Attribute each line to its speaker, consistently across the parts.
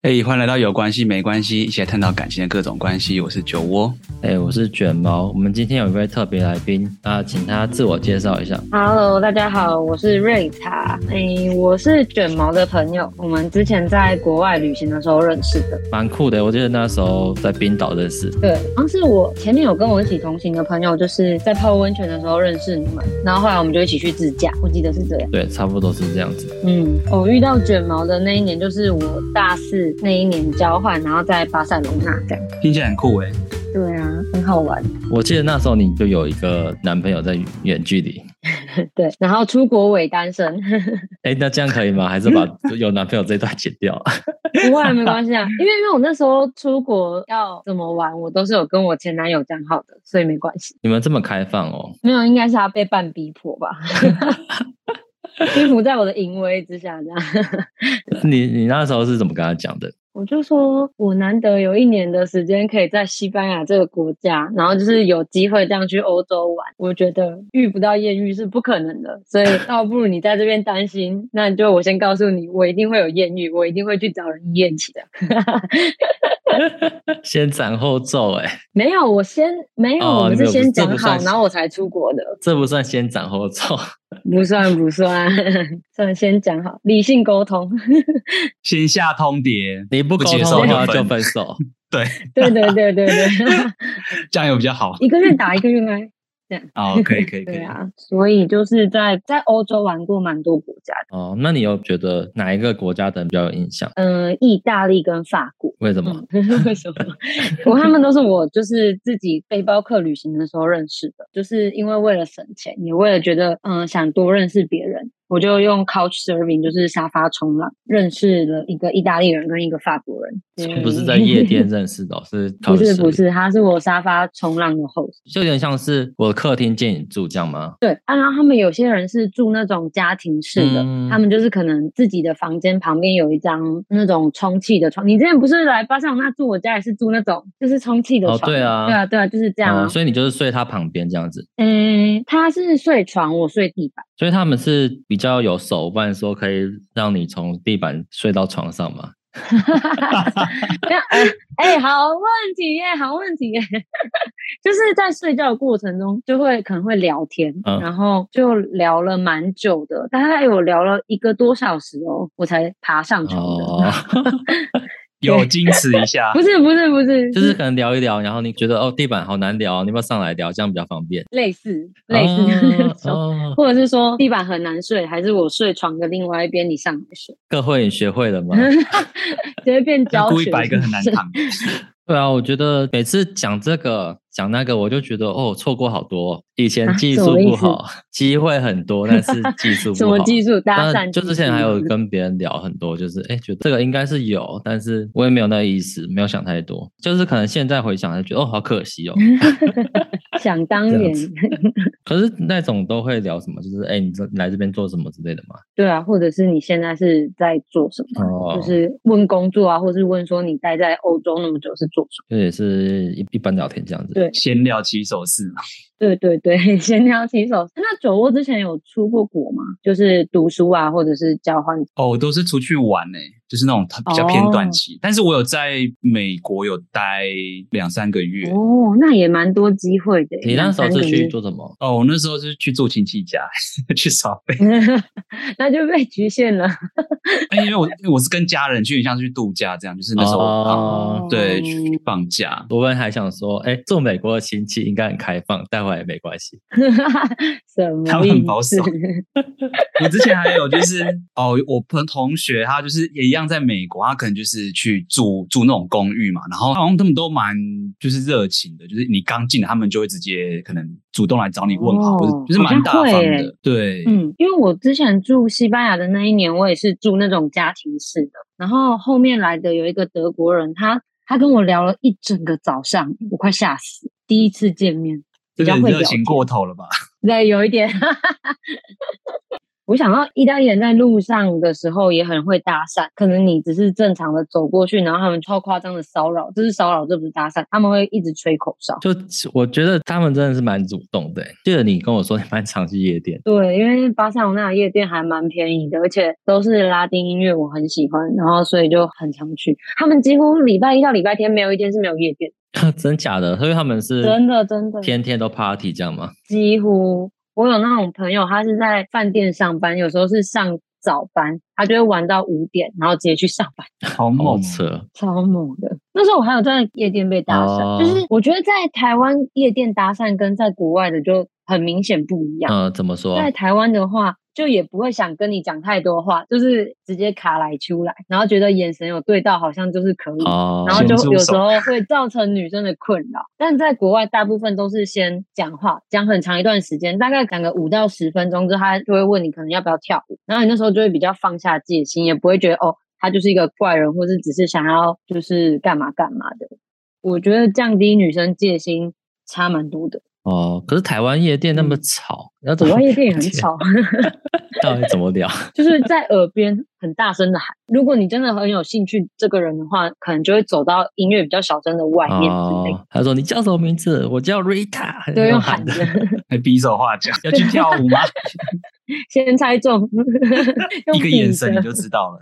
Speaker 1: 嘿，哎欢迎来到有关系没关系，一起来探讨感情的各种关系。我是酒窝，
Speaker 2: 哎、我是卷毛。我们今天有一位特别来宾啊，请他自我介绍一下。
Speaker 3: Hello，大家好，我是瑞塔，诶、我是卷毛的朋友，我们之前在国外旅行的时候认识的。
Speaker 2: 蛮酷的，我记得那时候在冰岛认识。
Speaker 3: 对，好像是我前面有跟我一起同行的朋友，就是在泡温泉的时候认识你们，然后后来我们就一起去自驾，我记得是这样。
Speaker 2: 对，差不多是这样子。
Speaker 3: 嗯，我遇到卷毛的那一年，就是我大四那一年交换，然后在巴塞隆纳这样。
Speaker 1: 听起来很酷诶。
Speaker 3: 对啊，很好玩。
Speaker 2: 我记得那时候你就有一个男朋友在远距离。
Speaker 3: 对，然后出国伪单身，
Speaker 2: 哎、那这样可以吗？还是 把有男朋友这一段剪掉？
Speaker 3: 不会啊没关系啊，因为因为我那时候出国要怎么玩，我都是有跟我前男友讲好的，所以没关系。
Speaker 2: 你们这么开放哦？
Speaker 3: 没有，应该是他被半逼迫吧， 屈服在我的淫威之下，这样。
Speaker 2: 你你那时候是怎么跟他讲的？
Speaker 3: 我就说，我难得有一年的时间可以在西班牙这个国家，然后就是有机会这样去欧洲玩。我觉得遇不到艳遇是不可能的，所以倒不如你在这边担心。那就我先告诉你，我一定会有艳遇，我一定会去找人一夜情的。
Speaker 2: 先斩后奏、哎，
Speaker 3: 没有，我先没有，
Speaker 2: 哦
Speaker 3: 我们
Speaker 2: 你没
Speaker 3: 是
Speaker 2: 有
Speaker 3: 先
Speaker 2: 这不
Speaker 3: 讲好
Speaker 2: 算，是
Speaker 3: 然后我才出国的。
Speaker 2: 这不算先斩后奏。
Speaker 3: 不算不算， 算先讲好，理性沟通。
Speaker 1: 先下通牒，
Speaker 2: 你不
Speaker 1: 不
Speaker 2: 沟
Speaker 1: 接
Speaker 2: 通
Speaker 1: 受
Speaker 2: 的话
Speaker 1: 就分
Speaker 2: 就分手。
Speaker 1: 对，
Speaker 3: 对对对对对，
Speaker 1: 这样有比较好。
Speaker 3: 一个愿打一个愿挨。
Speaker 1: 哦，可以可以可
Speaker 3: 对
Speaker 1: 以。
Speaker 3: 啊，所以就是在在欧洲玩过蛮多国家的，
Speaker 2: 哦，那你有觉得哪一个国家的人比较有印象？
Speaker 3: 嗯、意大利跟法国。
Speaker 2: 为什么？
Speaker 3: 嗯 为什么？我他们都是我就是自己背包客旅行的时候认识的，就是因为为了省钱，也为了觉得嗯、呃想多认识别人，我就用 Couch Surfing 就是沙发冲浪，认识了一个意大利人跟一个法国人。对
Speaker 2: 不是在夜店认识的哦、是
Speaker 3: 嗯不是不
Speaker 2: couchsurfing
Speaker 3: 是，他是我沙发冲浪的 host。
Speaker 2: 就有点像是我的客厅借你住这样吗？
Speaker 3: 对，啊，然后他们有些人是住那种家庭式的，
Speaker 2: 嗯
Speaker 3: 他们就是可能自己的房间旁边有一张那种充气的床。你之前不是来巴塞罗那住我家，也是住那种就是充气的
Speaker 2: 哦
Speaker 3: 床？
Speaker 2: 对啊
Speaker 3: 对啊，对啊，就是这样啊
Speaker 2: 哦，。所以你就是睡他旁边这样子，
Speaker 3: 嗯，他是睡床，我睡地板。
Speaker 2: 所以他们是比较有手腕，说可以让你从地板睡到床上嘛。
Speaker 3: 这样哎、哎好问题耶，好问题耶， 就是在睡觉的过程中就会可能会聊天，
Speaker 2: 嗯
Speaker 3: 然后就聊了蛮久的，大概有聊了一个多小时哦，我才爬上床的。
Speaker 2: 哦，
Speaker 1: 有矜持一下
Speaker 3: 不，是不是不是，
Speaker 2: 就是可能聊一聊，然后你觉得哦地板好难聊，你要不要上来聊？这样比较方便。
Speaker 3: 类似类似那
Speaker 2: 哦
Speaker 3: 种，
Speaker 2: 哦，
Speaker 3: 或者是说地板很难睡，还是我睡床的另外一边，你上来睡，
Speaker 2: 各会你学会了 吗？
Speaker 3: 就会 变教学。
Speaker 1: 故意摆一个很难
Speaker 3: 是不是
Speaker 1: 躺的。
Speaker 2: 对啊，我觉得每次讲这个讲那个，我就觉得哦，错过好多哦。以前
Speaker 3: 啊
Speaker 2: 技
Speaker 3: 什
Speaker 2: 术
Speaker 3: 么意
Speaker 2: 不
Speaker 3: 思
Speaker 2: 好，机会很多，但是技术
Speaker 3: 什
Speaker 2: 不
Speaker 3: 么
Speaker 2: 好。
Speaker 3: 技术搭
Speaker 2: 但
Speaker 3: 讪？
Speaker 2: 就之前还有跟别人聊很多，就是哎，诶觉得这个应该是有，但是我也没有那个意思，没有想太多。就是可能现在回想，就觉得哦，好可惜 哦。
Speaker 3: 想当
Speaker 2: 这
Speaker 3: 年
Speaker 2: 样，子可是那种都会聊什么，就是哎，诶你这你来这边做什么之类的嘛。
Speaker 3: 对啊，或者是你现在是在做什么？
Speaker 2: 哦，
Speaker 3: 嗯就是问工作啊，或是问说你待在欧洲那么久是做什
Speaker 2: 就
Speaker 3: 么？
Speaker 2: 也是一一般聊天这样子。
Speaker 3: 对
Speaker 1: 闲聊起手式嘛，
Speaker 3: 对对对， 闲聊起手。那酒窝之前有出过国吗？就是读书啊，或者是交换？
Speaker 1: 哦，我都是出去玩诶、就是那种比较偏短期。
Speaker 3: 哦
Speaker 1: 但是我有在美国有待两三个月。哦
Speaker 3: 哦，那也蛮多机会的。
Speaker 2: 你那时候
Speaker 3: 两三
Speaker 2: 是
Speaker 3: 个
Speaker 2: 去
Speaker 3: 月
Speaker 2: 做什么？
Speaker 1: 哦我那时候是去住亲戚家， 去扫费。
Speaker 3: 那就被局限了。
Speaker 1: 哎因为我因为我是跟家人去，像是去度假这样，就是那时候、
Speaker 2: 哦
Speaker 1: 对去放假。
Speaker 2: 罗文还想说，哎，做美国的亲戚应该很开放，带回来也没关系。
Speaker 3: 什么意思？
Speaker 1: 他们很保守我之前还有就是哦，我朋同学他就是也一样在美国，他可能就是去住住那种公寓嘛，然后好像他们都蛮就是热情的，就是你刚进来，他们就会直接可能主动来找你问好，
Speaker 3: 哦
Speaker 1: 或者就是蛮大方
Speaker 3: 好像会
Speaker 1: 的
Speaker 3: 欸。
Speaker 1: 对，
Speaker 3: 嗯，因为我之前住西班牙的那一年，我也是住那种家庭式的。然后后面来的有一个德国人，他他跟我聊了一整个早上，我快吓死。第一次见面，
Speaker 1: 这
Speaker 3: 比
Speaker 1: 个
Speaker 3: 较会
Speaker 1: 热
Speaker 3: 聊
Speaker 1: 情
Speaker 3: 天
Speaker 1: 过头了吧？
Speaker 3: 对，有一点。 我想到意大利人在路上的时候也很会搭讪，可能你只是正常的走过去，然后他们超夸张的骚扰，这是骚扰，这不是搭讪，他们会一直吹口哨。
Speaker 2: 就我觉得他们真的是蛮主动的欸、记得你跟我说你蛮常去夜店，
Speaker 3: 对，因为巴塞罗那的夜店还蛮便宜的，而且都是拉丁音乐，我很喜欢，然后所以就很常去。他们几乎礼拜一到礼拜天没有一天是没有夜店，
Speaker 2: 真假的？所以他们是
Speaker 3: 真的真的
Speaker 2: 天天都 party 这样吗？
Speaker 3: 几乎我有那种朋友，他是在饭店上班，有时候是上早班，他就会玩到五点，然后直接去上班，
Speaker 1: 好猛
Speaker 2: 好
Speaker 1: 哦，
Speaker 2: 扯，
Speaker 3: 超猛的。那时候我还有在夜店被搭讪，
Speaker 2: 哦
Speaker 3: 就是我觉得在台湾夜店搭讪跟在国外的就很明显不一样。
Speaker 2: 嗯，怎么说？
Speaker 1: 哦
Speaker 3: 在台湾的话，就也不会想跟你讲太多话，就是直接卡来出来，然后觉得眼神有对到，好像就是可以。
Speaker 2: 哦，
Speaker 3: 然后
Speaker 1: 先
Speaker 3: 就
Speaker 1: 出
Speaker 3: 有时
Speaker 1: 手
Speaker 3: 候会造成女生的困扰，但在国外大部分都是先讲话，讲很长一段时间，大概讲个五到十分钟之后，他就会问你可能要不要跳舞，然后你那时候就会比较放下戒心，也不会觉得哦他就是一个怪人，或是只是想要就是干嘛干嘛的。我觉得降低女生戒心差蛮 多的，
Speaker 2: 哦，可是台湾夜店那么吵，要怎
Speaker 3: 国
Speaker 2: 么
Speaker 3: 嗯外夜店也很，吵。
Speaker 2: 到底怎么 聊？
Speaker 3: 就是在耳边很大声的喊。如果你真的很有兴趣这个人的话，可能就会走到音乐比较小声的外面之类的。
Speaker 2: 哦，他说你叫什么名字？我叫 Rita，
Speaker 3: 对，用
Speaker 2: 用
Speaker 3: 喊
Speaker 2: 的
Speaker 3: 的，
Speaker 1: 还比手画脚，要去跳舞吗？
Speaker 3: 先猜中， 用
Speaker 1: 一个
Speaker 3: 比
Speaker 1: 眼神
Speaker 3: 的
Speaker 1: 你就知道了。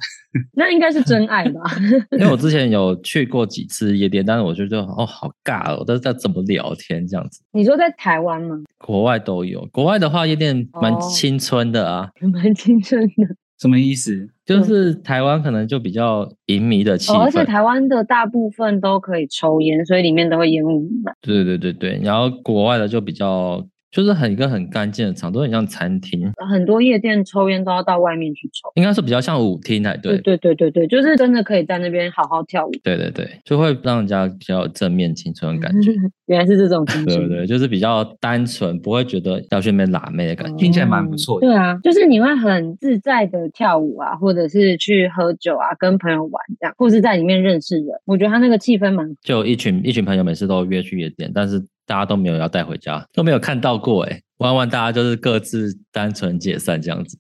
Speaker 3: 那应该是真爱吧？
Speaker 2: 因 为我之前有去过几次夜店，但是我就觉得哦，好尬哦，但是要怎么聊天这样子？
Speaker 3: 你说在台湾吗？
Speaker 2: 国外都有，国外的话夜店蛮
Speaker 3: 哦
Speaker 2: 青春的啊，
Speaker 3: 蛮青春的，
Speaker 1: 什么意思？
Speaker 2: 就是台湾可能就比较淫靡的气
Speaker 3: 哦，而且
Speaker 2: 氛，
Speaker 3: 台湾的大部分都可以抽烟，所以里面都会烟雾弥漫。
Speaker 2: 对对对对，然后国外的就比较就是很一个很干净的场，都很像餐厅，
Speaker 3: 很多夜店抽烟都要到外面去抽。
Speaker 2: 应该是比较像舞厅才对。
Speaker 3: 对对对对，就是真的可以在那边好好跳舞，
Speaker 2: 对对对，就会让人家比较有正面青春的感觉，
Speaker 3: 原嗯来是这种情
Speaker 2: 对不
Speaker 3: 形。
Speaker 2: 对？就是比较单纯，不会觉得要去那边辣妹的感觉。
Speaker 3: 哦
Speaker 1: 听起来蛮不错的
Speaker 3: 对啊，就是你会很自在的跳舞啊，或者是去喝酒啊，跟朋友玩这样，或是在里面认识人。我觉得他那个气氛蛮
Speaker 2: 就一群一群朋友每次都约去夜店，但是大家都没有要带回家，都没有看到过哎、欸。玩完大家就是各自单纯解散这样子。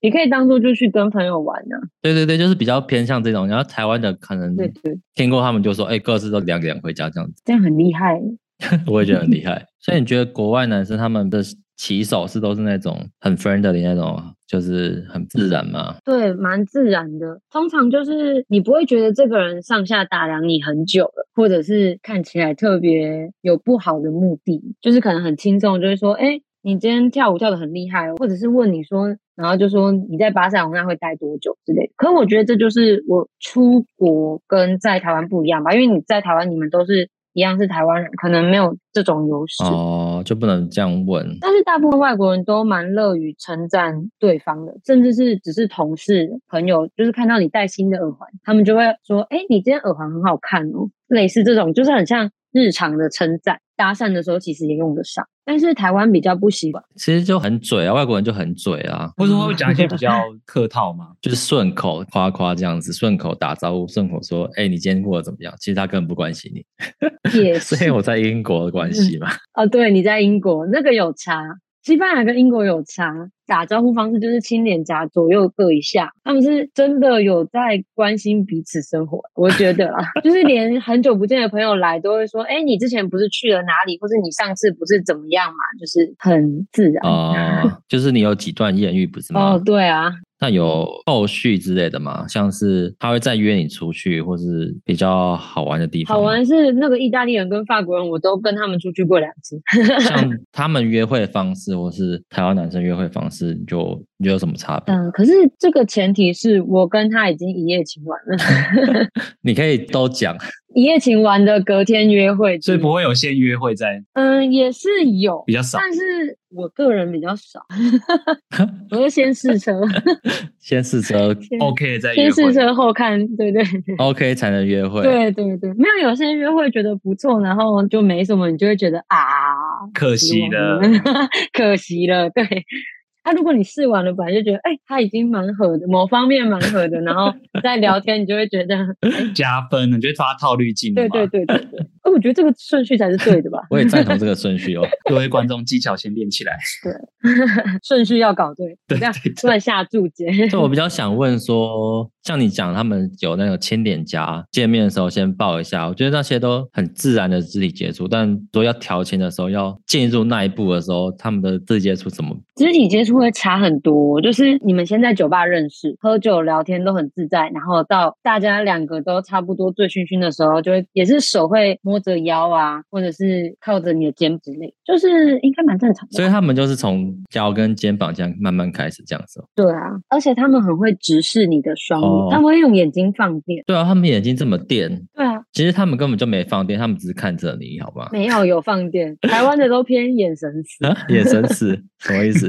Speaker 3: 也可以当做就去跟朋友玩呢、啊。
Speaker 2: 对对对，就是比较偏向这种。然后台湾的可能
Speaker 3: 对对，
Speaker 2: 听过他们就说，哎、各自都两个人回家这样子，
Speaker 3: 这样很厉害。
Speaker 2: 我也觉得很厉害。所以你觉得国外男生他们的起手是都是那种很 friendly 那种，就是很自然吗？
Speaker 3: 对，蛮自然的。通常就是你不会觉得这个人上下打量你很久了，或者是看起来特别有不好的目的，就是可能很轻松，就会说，哎、你今天跳舞跳得很厉害哦，或者是问你说，然后就说你在巴塞罗那会待多久之类的。可我觉得这就是我出国跟在台湾不一样吧，因为你在台湾你们都是一样是台湾人，可能没有这种优势。
Speaker 2: 哦，就不能这样问。
Speaker 3: 但是大部分外国人都蛮乐于称赞对方的，甚至是只是同事、朋友，就是看到你戴新的耳环，他们就会说：“哎、你今天耳环很好看哦。”类似这种，就是很像日常的称赞。搭讪的时候其实也用得上，但是台湾比较不习惯。
Speaker 2: 其实就很嘴啊，外国人就很嘴啊，
Speaker 1: 或者会讲一些比较
Speaker 3: 嗯
Speaker 1: 客套嘛？
Speaker 2: 就是顺口夸夸这样子，顺口打招呼，顺口说，哎、你今天过得怎么样？其实他根本不关心你，
Speaker 3: 也
Speaker 2: 所
Speaker 3: 是
Speaker 2: 以我在英国的关系嘛。
Speaker 3: 哦，对，你在英国那个有差，西班牙跟英国有差，打招呼方式就是亲脸颊，左右各一下，他们是真的有在关心彼此生活，我觉得啦， 就是连很久不见的朋友来都会说，哎，你之前不是去了哪里，或是你上次不是怎么样嘛，就是很自然。啊
Speaker 2: 哦、就是你有几段艳遇不是吗？
Speaker 3: 嗯哦，对啊，
Speaker 2: 那有后续之类的吗？像是他会再约你出去，或是比较好玩的地方。
Speaker 3: 好 玩是那个意大利人跟法国人，我都跟他们出去过两次，
Speaker 2: 像他们约会方式，或是台湾男生约会方式，你就你觉得有什么差别？
Speaker 3: 嗯，可是这个前提是我跟他已经一夜情完了，
Speaker 2: 你可以都讲，
Speaker 3: 一夜情完的隔天约会，
Speaker 1: 所以不会有先约会在
Speaker 3: 嗯，也是有
Speaker 1: 比，较少。
Speaker 3: 但是我个人比较 少，我就先试车，
Speaker 2: 先试 车
Speaker 1: OK，再约
Speaker 3: 先试
Speaker 1: 会。
Speaker 3: 车后看，对对对。
Speaker 2: ，OK 才能约会。？
Speaker 3: 对对对，没有有些约会觉得不错，然后就没什么，你就会觉得啊，
Speaker 1: 可惜了，
Speaker 3: 嗯 可惜了。对，啊，如果你试完了，本来就觉得哎、他已经蛮合的，某方面蛮合 的，然后再聊天，你就会觉得，
Speaker 1: 加分了，你就会把它套滤镜了
Speaker 3: 对
Speaker 1: 嘛
Speaker 3: 对对对对。哎，我觉得这个顺序才是对的吧
Speaker 2: 我也赞同这个顺序哦。
Speaker 1: 各位观众技巧先练起来。
Speaker 3: 顺序要搞对，这样突然下注解。
Speaker 2: 就我比较想问说，像你讲他们有那个亲脸颊，见面的时候先抱一下，我觉得那些都很自然的肢体接触。但说要调情的时候，要进入那一步的时候，他们的肢体接触怎么？
Speaker 3: 肢体接触会差很多，就是你们先在酒吧认识，喝酒聊天都很自在，然后到大家两个都差不多醉醺醺的时候，就会也是手会摸着腰啊，或者是靠着你的肩之类，就是应该蛮正常的吧。
Speaker 2: 所以他们就是从脚跟肩膀这样慢慢开始这样子哦。
Speaker 3: 对啊，而且他们很会直视你的双
Speaker 2: 哦
Speaker 3: 眼，他们会用眼睛放电。
Speaker 2: 对啊，他们眼睛这么电，
Speaker 3: 对啊，
Speaker 2: 其实他们根本就没放电，他们只是看着你，好吧？
Speaker 3: 没有有放电，台湾的都偏眼神死。，
Speaker 2: 啊， 眼神死，什么意 思？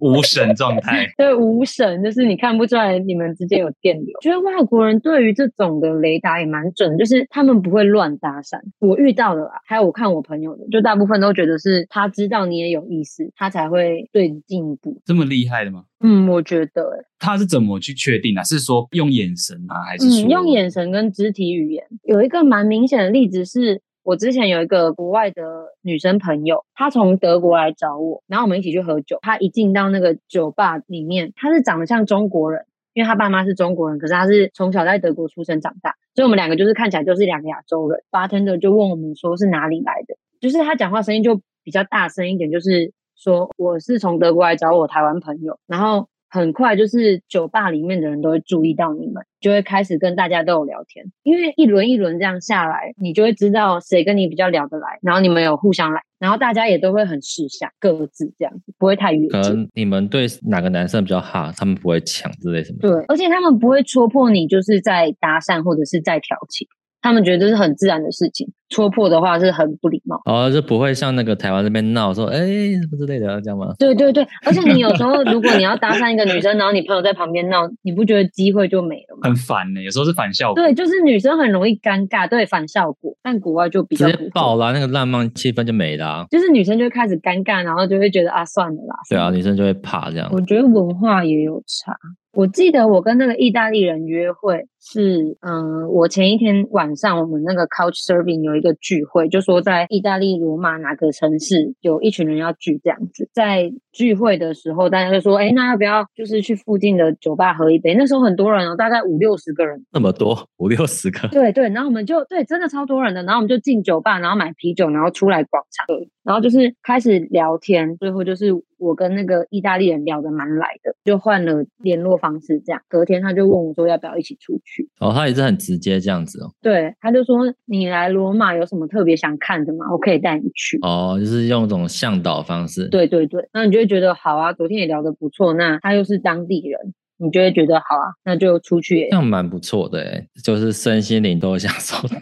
Speaker 1: 无神状态
Speaker 3: 对，无神就是你看不出来你们之间有电流。觉得外国人对于这种的雷达也蛮准，就是他们不会乱搭讪。我遇到的啦，还有我看我朋友的，就大部分都觉得是他知道你也有意思，他才会对你进一步。
Speaker 1: 这么厉害的吗？
Speaker 3: 嗯，我觉得欸、
Speaker 1: 他是怎么去确定啊的、是说用眼神吗？还是说、
Speaker 3: 嗯，用眼？神跟肢体语言有一个蛮明显的例子是。我之前有一个国外的女生朋友，她从德国来找我，然后我们一起去喝酒。她一进到那个酒吧里面，她是长得像中国人，因为她爸妈是中国人，可是她是从小在德国出生长大，所以我们两个就是看起来就是两个亚洲人。bartender 就问我们说是哪里来的，就是她讲话声音就比较大声一点，就是说我是从德国来找我台湾朋友，然后很快就是酒吧里面的人都会注意到你们，就会开始跟大家都有聊天，因为一轮一轮这样下来，你就会知道谁跟你比较聊得来，然后你们有互相来，然后大家也都会很识相，各自这样子，不会太越
Speaker 2: 可
Speaker 3: 界。
Speaker 2: 能你们对哪个男生比较哈，他们不会抢之类什么的。
Speaker 3: 对，而且他们不会戳破你，就是在搭讪或者是在调情，他们觉得这是很自然的事情，戳破的话是很不礼貌。
Speaker 2: 哦，就不会像那个台湾那边闹说，哎、什么之类的，这样吗？
Speaker 3: 对对对，而且你有 时候如果你要搭讪一个女生，然后你朋友在旁边闹，你不觉得机会就没了吗？
Speaker 1: 很烦呢、有时候是反效果。
Speaker 3: 对，就是女生很容易尴尬，对反效果，但国外就比较
Speaker 2: 直
Speaker 3: 不
Speaker 2: 接
Speaker 3: 会
Speaker 2: 爆啦，那个浪漫气氛就没啦、
Speaker 3: 就是女生就会开始尴尬，然后就会觉得啊，算了啦。
Speaker 2: 对啊，
Speaker 3: 算了
Speaker 2: 女生就会怕这样。
Speaker 3: 我觉得文化也有差。我记得我跟那个意大利人约会是，嗯、我前一天晚上我们那个 Couch Serving 有一个聚会，就说在意大利罗马哪个城市有一群人要聚这样子。在聚会的时候，大家就说，哎，那要不要就是去附近的酒吧喝一杯？那时候很多人哦，大概五六十个人
Speaker 2: 那么多，五六十个，
Speaker 3: 对对，然后我们就对，真的超多人的，然后我们就进酒吧，然后买啤酒，然后出来广场，然后就是开始聊天，最后就是我跟那个意大利人聊得蛮来的，就换了联络方式，这样隔天他就问我说要不要一起出去，
Speaker 2: 哦，他也是很直接这样子哦，
Speaker 3: 对，他就说你来罗马有什么特别想看的吗？我可以带你去。
Speaker 2: 哦，就是用一种向导方式。，
Speaker 3: 对对对，那你就会觉得好啊，昨天也聊得不错，那他又是当地人，你就会觉得好啊，那就出去也
Speaker 2: 这样蛮不错的诶，就是身心灵都有享受到。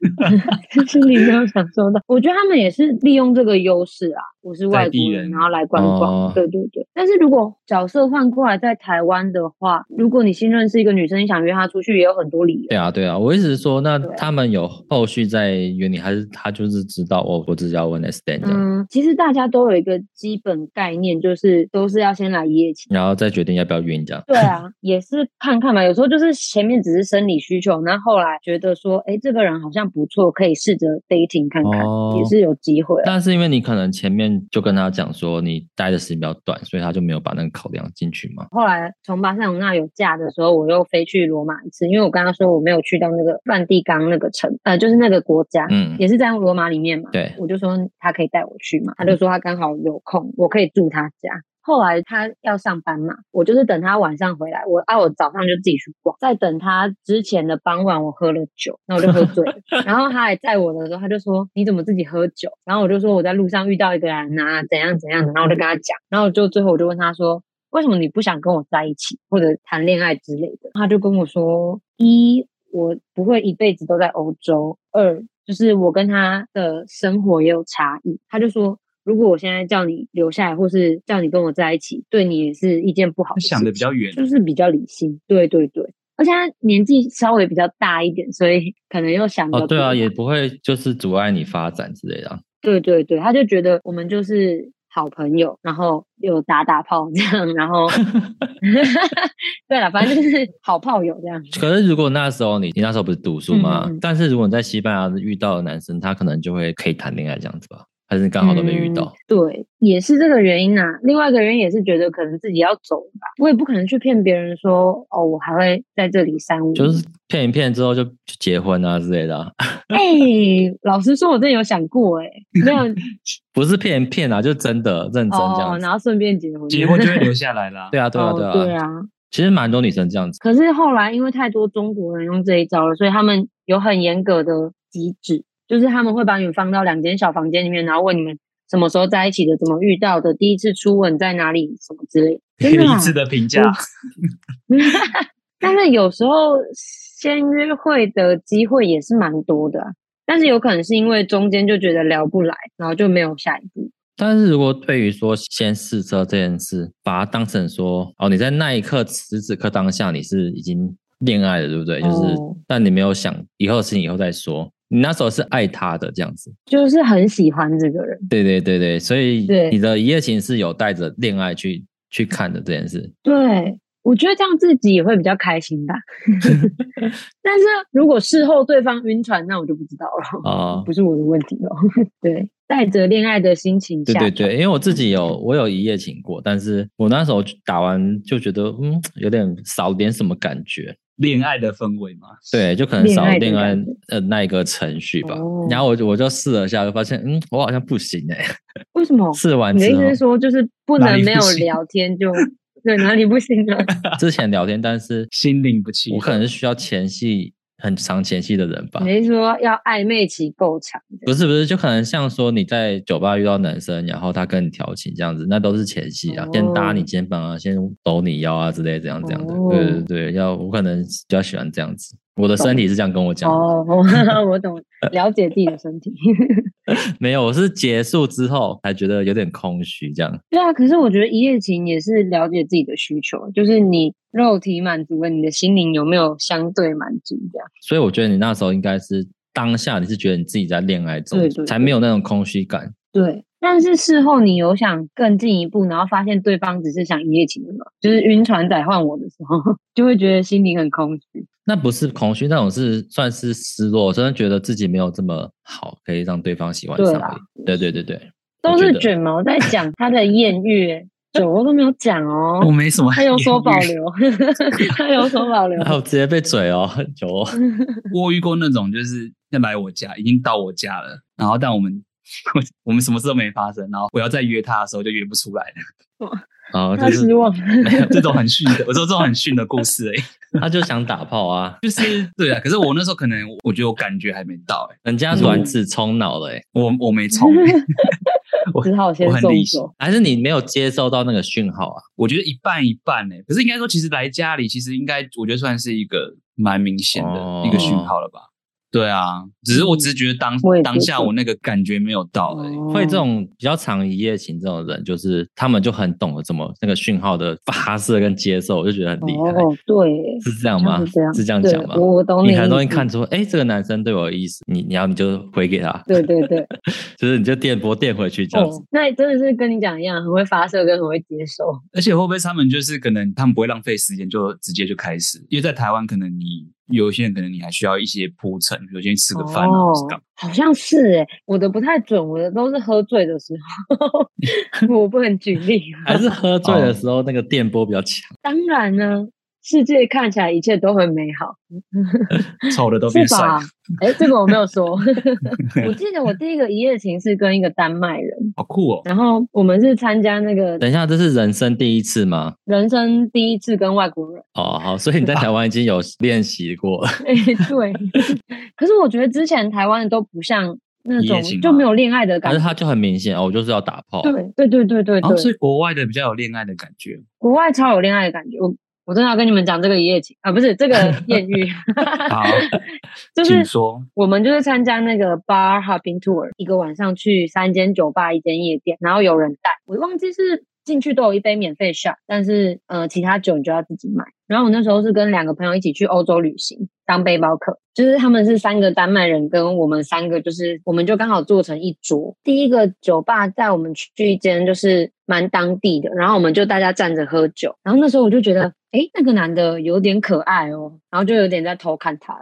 Speaker 3: 心里没有享受到。我觉得他们也是利用这个优势啊，我是
Speaker 1: 在
Speaker 3: 外国
Speaker 1: 地
Speaker 3: 人，
Speaker 1: 人
Speaker 3: 然后来观光。
Speaker 2: 哦
Speaker 3: 对对对。但是如果角色换过来在台湾的话，如果你新认识一个女生，你想约她出去，也有很多理由。
Speaker 2: 对啊，对啊，我意思是说，那
Speaker 3: 对啊
Speaker 2: 他们有后续在约你，还是他就是知道哦，我只是要问 S t a n 这样，
Speaker 3: 嗯，其实大家都有一个基本概念，就是都是要先来一夜情。
Speaker 2: 然后再决定要不要约你这样。
Speaker 3: 对啊，也是看看嘛。有时候就是前面只是生理需求，那后来觉得说，哎，这个人好像不错，可以试着 dating 看看，
Speaker 2: 哦
Speaker 3: 也是有机会、啊。
Speaker 2: 但是因为你可能前面就跟他讲说你待的时间比较短，所以他就没有把那个考量进去嘛。
Speaker 3: 后来从巴塞罗那有假的时候，我又飞去罗马一次，因为我刚刚说我没有去到那个梵蒂冈那个城，呃，就是那个国家，
Speaker 2: 嗯，
Speaker 3: 也是在罗马里面嘛。
Speaker 2: 对，嗯
Speaker 3: 我就说他可以带我去嘛，他就说他刚好有空，我可以住他家。后来他要上班嘛，我就是等他晚上回来，我啊我早上就自己去逛，在等他之前的傍晚我喝了酒，那我就喝 醉了，然后他还载我的时候，他就说你怎么自己喝酒？然后我就说我在路上遇到一个人啊，怎样怎样的，然后我就跟他讲，然后就最后我就问他说为什么你不想跟我在一起或者谈恋爱之类的？他就跟我说：一，我不会一辈子都在欧洲；二，就是我跟他的生活也有差异。他就说，如果我现在叫你留下来，或是叫你跟我在一起，对你也是一件不好的事情。
Speaker 1: 想的比较远，
Speaker 3: 就是比较理性。对对对，而且他年纪稍微比较大一点，所以可能又想
Speaker 2: 哦，
Speaker 3: 的
Speaker 2: 对啊，也不会就是阻碍你发展之类的啊、
Speaker 3: 对对对，他就觉得我们就是好朋友，然后又打打炮这样，然 后对了，反正就是好炮友这样。
Speaker 2: 可是如果那时候你你那时候不是读书吗？
Speaker 3: 嗯嗯嗯
Speaker 2: 但是如果你在西班牙遇到的男生，他可能就会可以谈恋爱这样子吧？还是你刚好都没遇到？
Speaker 3: 嗯对，也是这个原因呐、另外一个原因也是觉得可能自己要走吧，我也不可能去骗别人说哦，我还会在这里三五年。
Speaker 2: 就是骗一骗之后就就结婚啊之类的啊、
Speaker 3: 哎、老实说，我真的有想过哎、没有
Speaker 2: 不是骗一骗啊，就真的认真这
Speaker 3: 哦
Speaker 2: 样，子。
Speaker 3: 然后顺便结婚，
Speaker 1: 结婚就会留下来啦。
Speaker 2: 对啊，对啊，对
Speaker 3: 哦
Speaker 2: 啊，
Speaker 3: 对啊。
Speaker 2: 其实蛮多女生这样子，
Speaker 3: 可是后来因为太多中国人用这一招了，所以他们有很严格的机制，就是他们会把你们放到两间小房间里面，然后问你们什么时候在一起的，怎么遇到的，第一次初吻在哪里，什么之类的。真的
Speaker 1: 第
Speaker 3: 啊
Speaker 1: 一次的评价，
Speaker 3: 但是有时候先约会的机会也是蛮多的啊、但是有可能是因为中间就觉得聊不来，然后就没有下一步。
Speaker 2: 但是如果对于说先试车这件事，把它当成说哦，你在那一刻此此刻当下你是已经恋爱了，对不对？就是
Speaker 3: 哦，
Speaker 2: 但你没有想以后的事情以后再说，你那时候是爱他的这样子。
Speaker 3: 就是很喜欢这个人。
Speaker 2: 对对对对，所以
Speaker 3: 对
Speaker 2: 你的一夜情是有带着恋爱去去看的这件事。
Speaker 3: 对，我觉得这样自己也会比较开心吧。但是如果事后对方晕船，那我就不知道了，
Speaker 2: 哦
Speaker 3: 不是我的问题了。 对，带着恋爱的心情
Speaker 2: 对
Speaker 3: 下，嗯
Speaker 2: 对对，因为我自己有我有一夜情过，但是我那时候打完就觉得嗯，有点少点什么感觉，
Speaker 1: 恋爱的氛围嘛。
Speaker 2: 对，就可能少了
Speaker 3: 恋
Speaker 2: 恋
Speaker 3: 爱的
Speaker 2: 爱
Speaker 3: 感觉
Speaker 2: 呃那一个程序吧。
Speaker 3: 哦
Speaker 2: 然后我就我就试了一下，就发现嗯，我好像不行哎、
Speaker 3: 为什么？
Speaker 2: 试完
Speaker 3: 哦你的
Speaker 2: 之
Speaker 3: 意
Speaker 2: 后
Speaker 3: 思是说，就是不
Speaker 1: 哪里
Speaker 3: 能
Speaker 1: 不
Speaker 3: 没有
Speaker 1: 行
Speaker 3: 聊天就对哪里不行啊了？
Speaker 2: 之前聊天，但是
Speaker 1: 心领不弃
Speaker 2: 我可能是需要前戏很长前戏的人吧。
Speaker 3: 你是说要暧昧期够长？
Speaker 2: 不是不是，就可能像说你在酒吧遇到男生，然后他跟你调情这样子，那都是前戏啊，先搭你
Speaker 3: 哦
Speaker 2: 肩膀啊，先搂你腰啊之类，这样这样的。
Speaker 3: 哦
Speaker 2: 对对对，要我可能比较喜欢这样子，我的身体是这样跟我讲的。
Speaker 3: 哦， 我我懂，了解自己的身体。
Speaker 2: 没有，我是结束之后才觉得有点空虚这样。
Speaker 3: 对啊，可是我觉得一夜情也是了解自己的需求，就是你肉体满足了，你的心灵有没有相对满足？这样
Speaker 2: 所以我觉得你那时候应该是当下你是觉得你自己在恋爱中，
Speaker 3: 对对
Speaker 2: 才没有那种空虚感。
Speaker 3: 对。但是事后你有想更进一步，然后发现对方只是想一夜情了，就是晕船仔换我的时候， 就会觉得心灵很空虚。
Speaker 2: 那不是空虚，那种是算是失落，真的觉得自己没有这么好，可以让对方喜欢
Speaker 3: 对
Speaker 2: 上
Speaker 3: 啦
Speaker 2: 而已。对对对对，
Speaker 3: 都
Speaker 2: 觉
Speaker 3: 是
Speaker 2: 得
Speaker 3: 卷毛在讲他的艳遇、 欸，酒窝都没有讲哦
Speaker 1: 我，没什么，
Speaker 3: 他有所保。留， 他有所保留
Speaker 2: 然。后啊直接被嘴哦， 有哦
Speaker 1: 我遇过那种就是要来我家，已经到我家了，然后但我们 我我们什么事都没发生，然后我要再约他的时候就约不出来了，
Speaker 2: 哦，
Speaker 3: 他
Speaker 2: 就是
Speaker 3: 失望，
Speaker 1: 这种很逊的，我说这种很逊的故事而已。
Speaker 2: 他就想打炮啊，
Speaker 1: 就是对啊，可是我那时候可能我觉得我感觉还没到、欸，
Speaker 2: 人
Speaker 3: 嗯
Speaker 2: 家卵子冲脑了、欸，
Speaker 1: 我我没冲，欸 我
Speaker 3: 只好先
Speaker 1: 我很
Speaker 3: 送
Speaker 1: 理性
Speaker 3: 走。
Speaker 2: 还是你没有接收到那个讯号啊？
Speaker 1: 我觉得一半一半呢、可是应该说，其实来家里其实应该，我觉得算是一个蛮明显
Speaker 2: 哦
Speaker 1: 的一个讯号了吧。对啊，只是我只是觉得当、
Speaker 3: 嗯我也觉得
Speaker 1: 当下我那个感觉没有到而已。
Speaker 2: 会这
Speaker 3: 哦
Speaker 2: 种比较长一夜情这种人，就是他们就很懂得怎么那个讯号的发射跟接受，我就觉得很厉害。
Speaker 3: 哦，对，
Speaker 2: 是这样吗？
Speaker 3: 是这样，
Speaker 2: 是这样
Speaker 3: 对
Speaker 2: 讲吗？
Speaker 3: 我我懂你，
Speaker 2: 你很容易看。出，哎、这个男生对我有意思，你你要你就回给他，
Speaker 3: 对对 对，
Speaker 2: 就是你就电波电回去这样子。
Speaker 3: 哦，那真的是跟你讲一样，很会发射跟很会接收。
Speaker 1: 而且会不会他们就是可能他们不会浪费时间就直接就开始？因为在台湾可能你有些人可能你还需要一些铺陈，比如先吃个饭啊，
Speaker 3: 哦
Speaker 1: 或是干嘛
Speaker 3: 好像是哎，我的不太准，我的都是喝醉的时候， 我不能 举例啊。
Speaker 2: 还是喝醉的时候那个电波比较强，
Speaker 3: 当然呢，世界看起来一切都很美好，
Speaker 1: 丑的都变
Speaker 3: 是
Speaker 1: 帅
Speaker 3: 吧
Speaker 1: 了，？
Speaker 3: 哎，这个我没 有说。我记得我第一个一夜情是跟一个丹麦人，
Speaker 1: 好酷哦！
Speaker 3: 然后我们是参加那个
Speaker 2: 等一下，这是人生第一次吗？
Speaker 3: 人生第一次跟外国人。
Speaker 2: 哦，好，所以你在台湾已经有练习过了。
Speaker 3: 哎、 对。可是我觉得之前台湾的都不像那
Speaker 1: 一夜
Speaker 3: 种
Speaker 1: 情
Speaker 3: 就
Speaker 1: 吗
Speaker 3: 没有恋爱的
Speaker 2: 可
Speaker 3: 感
Speaker 2: 是
Speaker 3: 觉。
Speaker 2: 他就很明显哦，我就是要打炮。
Speaker 3: 对对对对对
Speaker 1: 然后所
Speaker 3: 对，
Speaker 1: 以国外的比较有恋爱的感 觉，
Speaker 3: 国外超有恋爱的感觉。我我真的要跟你们讲这个一夜情啊，不是这个艳遇，
Speaker 1: 好，
Speaker 3: 就是
Speaker 1: 请说。
Speaker 3: 我们就是参加那个 bar hopping tour，一个晚上去三间酒吧、一间夜店，然后有人带，我忘记是进去都有一杯免费 shot，但是呃，其他酒你就要自己买。然后我那时候是跟两个朋友一起去欧洲旅行，当背包客，就是他们是三个丹麦人，跟我们三个就是，我们就刚好坐成一桌。第一个酒吧带我们去一间就是蛮当地的，然后我们就大家站着喝酒。然后那时候我就觉得，诶，那个男的有点可爱哦，然后就有点在偷看他了。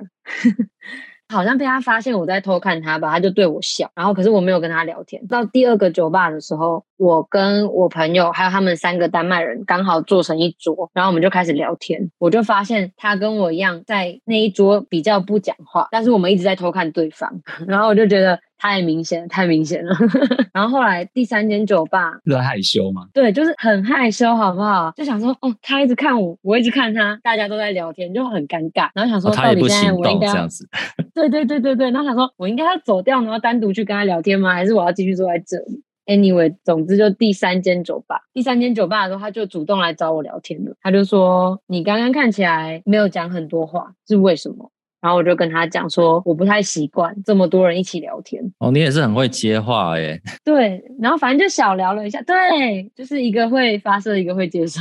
Speaker 3: 好像被他发现我在偷看他吧，他就对我笑，然后可是我没有跟他聊天。到第二个酒吧的时候，我跟我朋友还有他们三个丹麦人刚好坐成一桌，然后我们就开始聊天。我就发现他跟我一样在那一桌比较不讲话，但是我们一直在偷看对方， 然后我就觉得太明显了，太明显了。 然后后来第三间酒吧，
Speaker 1: 是在害羞吗？
Speaker 3: 对，就是很害羞，好不好？就想说，哦，他一直看我，我一直看他，大家都在聊天，就很尴尬。然后想说，
Speaker 2: 哦他
Speaker 3: 到
Speaker 2: 也
Speaker 3: 底
Speaker 2: 不
Speaker 3: 现
Speaker 2: 行
Speaker 3: 在我应
Speaker 2: 动
Speaker 3: 该
Speaker 2: 这
Speaker 3: 要
Speaker 2: 样子，
Speaker 3: 对对对对对，然后想说我应该要走掉，然后单独去跟他聊天吗？还是我要继续坐在这里？Anyway，总之就第三间酒吧，第三间酒吧的时候，他就主动来找我聊天了。他就说：“你刚刚看起来没有讲很多话，是为什么？”然后我就跟他讲说，我不太习惯这么多人一起聊天。
Speaker 2: 哦，你也是很会接话欸 耶，
Speaker 3: 对，然后反正就小聊了一下，对，就是一个会发射，一个会接收。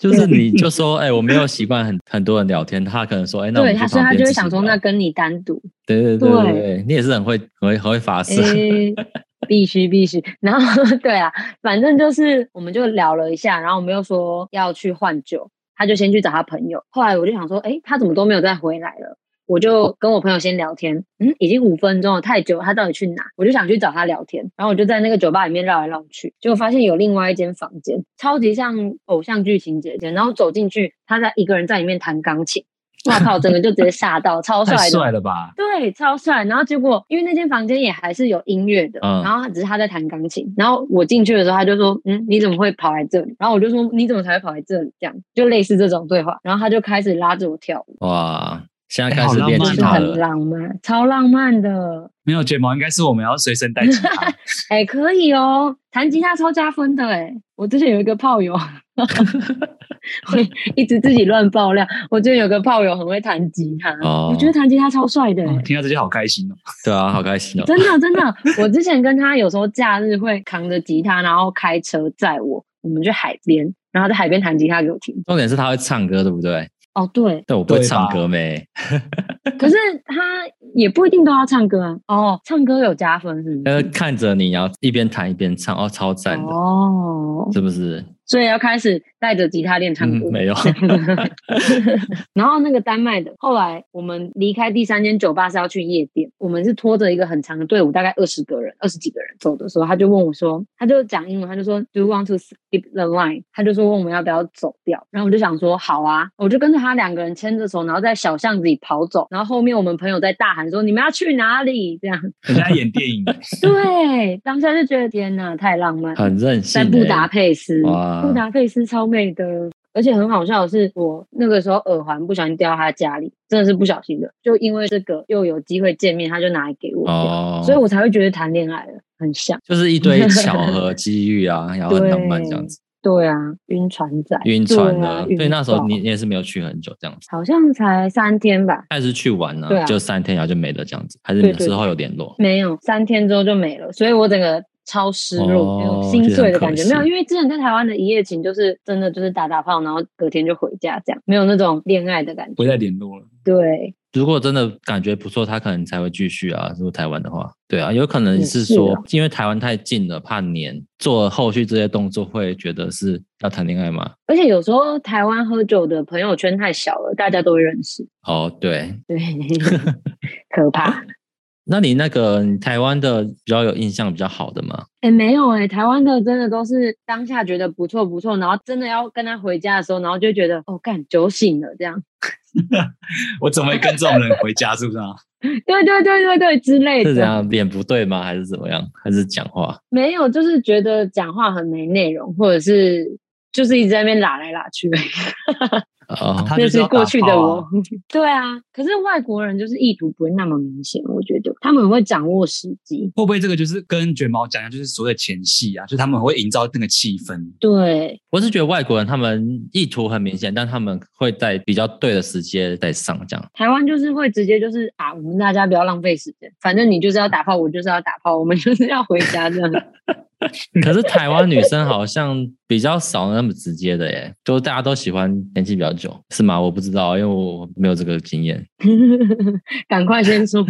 Speaker 2: 就是你就说，哎、我没有习惯很很多人聊天，他可能说，哎、那我
Speaker 3: 对，
Speaker 2: 们
Speaker 3: 他
Speaker 2: 去
Speaker 3: 所以
Speaker 2: 旁
Speaker 3: 他
Speaker 2: 边
Speaker 3: 就
Speaker 2: 自己
Speaker 3: 会想说，
Speaker 2: 聊
Speaker 3: 那跟你单独，
Speaker 2: 对对对
Speaker 3: 对
Speaker 2: 对对，你也是很会很会很会发誓，
Speaker 3: 诶，必须必须。然后 对啊，反正就是我们就聊了一下，然后我们又说要去换酒，他就先去找他朋友。后来我就想说，诶，他怎么都没有再回来了？我就跟我朋友先聊天，嗯，已经五分钟了，太久了，他到底去哪？我就想去找他聊天，然后我就在那个酒吧里面绕来绕去，结果发现有另外一间房间，超级像偶像剧情节然后走进去，他在一个人在里面弹钢琴，哇靠，整个就直接吓到，超哦帅
Speaker 1: 太
Speaker 3: 的，
Speaker 1: 帅了吧！
Speaker 3: 对，超帅。然后结果，因为那间房间也还是有音乐的，
Speaker 2: 嗯
Speaker 3: 然后只是他在弹钢琴。然后我进去的时候，他就说：“嗯，你怎么会跑来这里？”然后我就说：“你怎么才会跑来这里？”这样就类似这种对话。然后他就开始拉着我跳舞，
Speaker 2: 哇，现在
Speaker 1: 哎
Speaker 2: 开
Speaker 1: 好
Speaker 2: 始
Speaker 1: 浪
Speaker 2: 练
Speaker 1: 漫
Speaker 2: 吉
Speaker 3: 就
Speaker 1: 哦
Speaker 3: 是
Speaker 2: 他
Speaker 3: 很
Speaker 2: 了，
Speaker 3: 浪漫，超浪漫的。
Speaker 1: 没有睫毛，应该是我们要随身带吉 他。
Speaker 3: 哎，可以哦，弹吉他超加分的哎。我之前有一个炮友， 我一直自己乱爆料。我之前有个炮友很会弹吉他，
Speaker 2: 哦
Speaker 3: 我觉得弹吉他超帅的哎。
Speaker 1: 哦听到这些好开心哦！
Speaker 2: 对啊，好开心哦，
Speaker 3: 真的真的，我之前跟他有时候假日会扛着吉他，然后开车载我，我们去海边，然后在海边弹吉他给我听。
Speaker 2: 重点是他会唱歌，对不对？
Speaker 3: 哦，对，
Speaker 2: 但我不会
Speaker 1: 对吧嗯
Speaker 2: 唱歌没，
Speaker 3: 可是他也不一定都要唱歌啊。哦，唱歌有加分是不
Speaker 2: 呃，
Speaker 3: 是？
Speaker 2: 看着你，然后一边弹一边唱，哦，超赞的，
Speaker 3: 哦，
Speaker 2: 是不是？
Speaker 3: 所以要开始带着吉他练唱歌。
Speaker 2: 嗯， 没有，
Speaker 3: 然后那个丹麦的，后来我们离开第三间酒吧是要去夜店，我们是拖着一个很长的队伍，大概二十个人、二十几个人走的时候，他就问我说，他就讲英文，他就说 Do you want to skip the line？他就说问我们要不要走掉，然后我就想说好啊，我就跟着他两个人牵着手，然后在小巷子里跑走，然后后面我们朋友在大喊说你们要去哪里？这样，
Speaker 1: 人家演电影，
Speaker 3: 对，当下就觉得天哪，太浪漫了，
Speaker 2: 很任性欸。
Speaker 3: 在布达佩斯，
Speaker 2: 哇
Speaker 3: 布达佩斯超美的，而且很好笑的是，我那个时候耳环不小心掉到他家里，真的是不小心的，就因为这个又有机会见面，他就拿来给我掉，
Speaker 2: 哦，
Speaker 3: 所以我才会觉得谈恋爱了很像。
Speaker 2: 就是一 堆巧合、机遇啊，然后很浪漫这样子，
Speaker 3: 对啊，晕船仔，
Speaker 2: 晕船
Speaker 3: 对
Speaker 2: 了。
Speaker 3: 啊
Speaker 2: 所以那时候
Speaker 3: 晕
Speaker 2: 你
Speaker 3: 爆
Speaker 2: 你也是没有去很久这样子，
Speaker 3: 好像才三天吧，
Speaker 2: 还是去玩呢
Speaker 3: 对啊，
Speaker 2: 就三天，然后就没了这样子，还是你们
Speaker 3: 对对
Speaker 2: 之后有联络？
Speaker 3: 没有，三天之后就没了，所以我整个超失落，
Speaker 2: 哦
Speaker 3: 没有心碎的感觉。
Speaker 2: 这
Speaker 3: 没
Speaker 2: 很
Speaker 3: 有，
Speaker 2: 可惜
Speaker 3: 因为之前在台湾的一夜情就是真的就是打打炮，然后隔天就回家这样，没有那种恋爱的感觉。
Speaker 1: 不会再联络了。
Speaker 3: 对，
Speaker 2: 如果真的感觉不错，他可能才会继续啊。如果台湾的话，对啊，有可能
Speaker 3: 嗯
Speaker 2: 是
Speaker 3: 是
Speaker 2: 说
Speaker 3: 啊，
Speaker 2: 因为台湾太近了，怕黏，做后续这些动作会觉得是要谈恋爱吗？
Speaker 3: 而且有时候台湾喝酒的朋友圈太小了，大家都会认识。
Speaker 2: 哦，对，
Speaker 3: 对， 可怕。
Speaker 2: 那你那个你台湾的比较有印象比较好的吗？
Speaker 3: 哎、没有哎、台湾的真的都是当下觉得不错不错，然后真的要跟他回家的时候，然后就觉得哦，干酒醒了这样，
Speaker 1: 我怎么会跟这种人回家？是不是啊？
Speaker 3: 对对对对对之类
Speaker 2: 是
Speaker 3: 的。
Speaker 2: 怎样脸不对吗？还是怎么样？还是讲话？
Speaker 3: 没有，就是觉得讲话很没内容，或者是就是一直在那边拉来拉去而已。
Speaker 2: 哦，
Speaker 1: 他
Speaker 3: 那
Speaker 1: 就是
Speaker 3: 是
Speaker 1: 要打
Speaker 3: 过去的
Speaker 1: 炮
Speaker 3: 我
Speaker 1: 啊。
Speaker 3: 对啊，可是外国人就是意图不会那么明显，我觉得他们很会掌握时机。
Speaker 1: 会不会这个就是跟卷毛讲一样，就是所谓的前戏啊，就是他们会营造那个气氛。
Speaker 3: 对，
Speaker 2: 我是觉得外国人他们意图很明显，但他们会在比较对的时间再上这样。
Speaker 3: 台湾就是会直接就是啊，我们大家不要浪费时间，反正你就是要打炮，我就是要打炮，我们就是要回家这样。
Speaker 2: 可是台湾女生好像比较少那么直接的耶，就是大家都喜欢年纪比较久，是吗？我不知道，因为我没有这个经验。
Speaker 3: 赶快先说话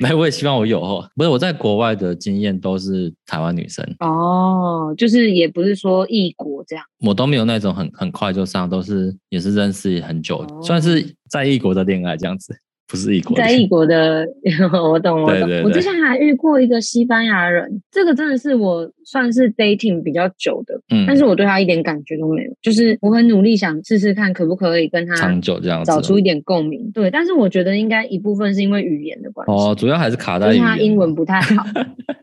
Speaker 2: 没，我也希望我有哦。不是我在国外的经验都是台湾女生，
Speaker 3: 哦，就是也不是说异国这样，
Speaker 2: 我都没有那种很很快就上，都是也是认识很久，
Speaker 3: 哦
Speaker 2: 算是在异国的恋爱这样子，不是异国的
Speaker 3: 在异国的， 我懂我懂。
Speaker 2: 对对对
Speaker 3: 我之前还遇过一个西班牙人，这个真的是我算是 dating 比较久的，
Speaker 2: 嗯，
Speaker 3: 但是我对他一点感觉都没有，就是我很努力想试试看可不可以跟他
Speaker 2: 长久这样子。
Speaker 3: 找出一点共鸣。对，但是我觉得应该一部分是因为语言的关系。
Speaker 2: 哦，主要还是卡
Speaker 3: 就
Speaker 2: 在
Speaker 3: 是
Speaker 2: 语
Speaker 3: 他
Speaker 2: 言。
Speaker 3: 英文不 太好，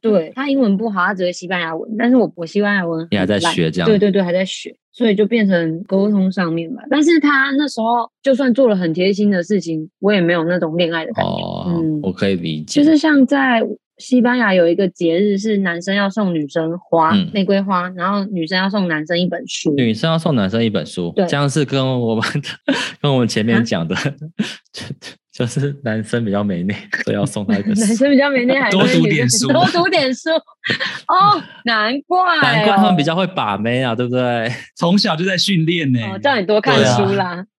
Speaker 3: 对他英文不好，他只会西班牙文，但是我我西班牙文
Speaker 2: 你还在
Speaker 3: 很烂
Speaker 2: 学这样
Speaker 3: 对对对，还在学，所以就变成沟通上面吧。但是他那时候就算做了很贴心的事情，我也没有那种恋爱的感觉。
Speaker 2: 哦，
Speaker 3: 嗯
Speaker 2: 我可以理解。
Speaker 3: 就是像在西班牙有一个节日是男生要送女生花、
Speaker 2: 嗯
Speaker 3: 玫瑰花，然后女生要送男生一本书。
Speaker 2: 女生要送男生一本书，
Speaker 3: 对
Speaker 2: 这样是跟我们跟我们前面
Speaker 3: 啊
Speaker 2: 讲的， 就就是男生比较没内，所以要送他一本
Speaker 3: 男
Speaker 2: 书。
Speaker 3: 生比较没内涵，
Speaker 1: 多读
Speaker 3: 所以女
Speaker 1: 点
Speaker 3: 生
Speaker 1: 书
Speaker 3: 多读点书。 哦，难怪、哦，
Speaker 2: 难怪他们比较会把妹啊，对不对？
Speaker 1: 从小就在训练呢
Speaker 3: 哦，叫你多看
Speaker 2: 对啊
Speaker 3: 书啦。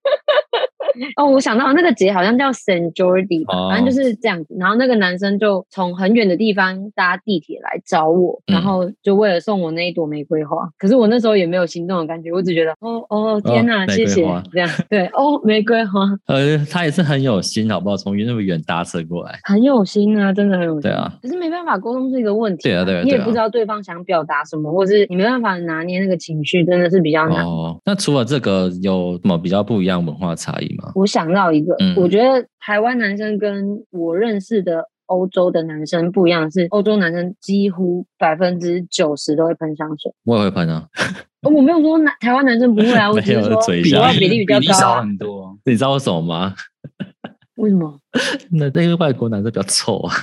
Speaker 3: 哦，我想到那个节好像叫 Saint Jordi 吧，
Speaker 2: 哦
Speaker 3: 反正就是这样子。然后那个男生就从很远的地方搭地铁来找我，
Speaker 2: 嗯
Speaker 3: 然后就为了送我那一朵玫瑰花。可是我那时候也没有心动的感觉，我只觉得哦哦天哪，
Speaker 2: 玫瑰
Speaker 3: 谢谢
Speaker 2: 花，
Speaker 3: 这样对哦玫瑰花
Speaker 2: 呃，他也是很有心，好不好？从那么远搭车过来，
Speaker 3: 很有心啊，真的很有心。
Speaker 2: 对啊，
Speaker 3: 可是没办法，沟通是一个问题、
Speaker 2: 对啊对啊
Speaker 3: 你也
Speaker 2: 对啊
Speaker 3: 不知道对方想表达什么，或是你没办法拿捏那个情绪，真的是比较难。
Speaker 2: 哦，那除了这个，有什么比较不一样文化差异吗？
Speaker 3: 我想到一个，
Speaker 2: 嗯
Speaker 3: 我觉得台湾男生跟我认识的欧洲的男生不一样的是，欧洲男生几乎百分之九十都会喷香水。
Speaker 2: 我也会喷啊，
Speaker 3: 哦我没有说男台湾男生不会 啊，我
Speaker 2: 没
Speaker 3: 只
Speaker 2: 有
Speaker 3: 是说
Speaker 2: 嘴一
Speaker 1: 比
Speaker 2: 下
Speaker 3: 国外比例比较高、
Speaker 1: 少
Speaker 3: 啊。
Speaker 1: 很多。
Speaker 2: 你知道为什么吗？
Speaker 3: 为什么？
Speaker 2: 那那个外国男生比较臭啊，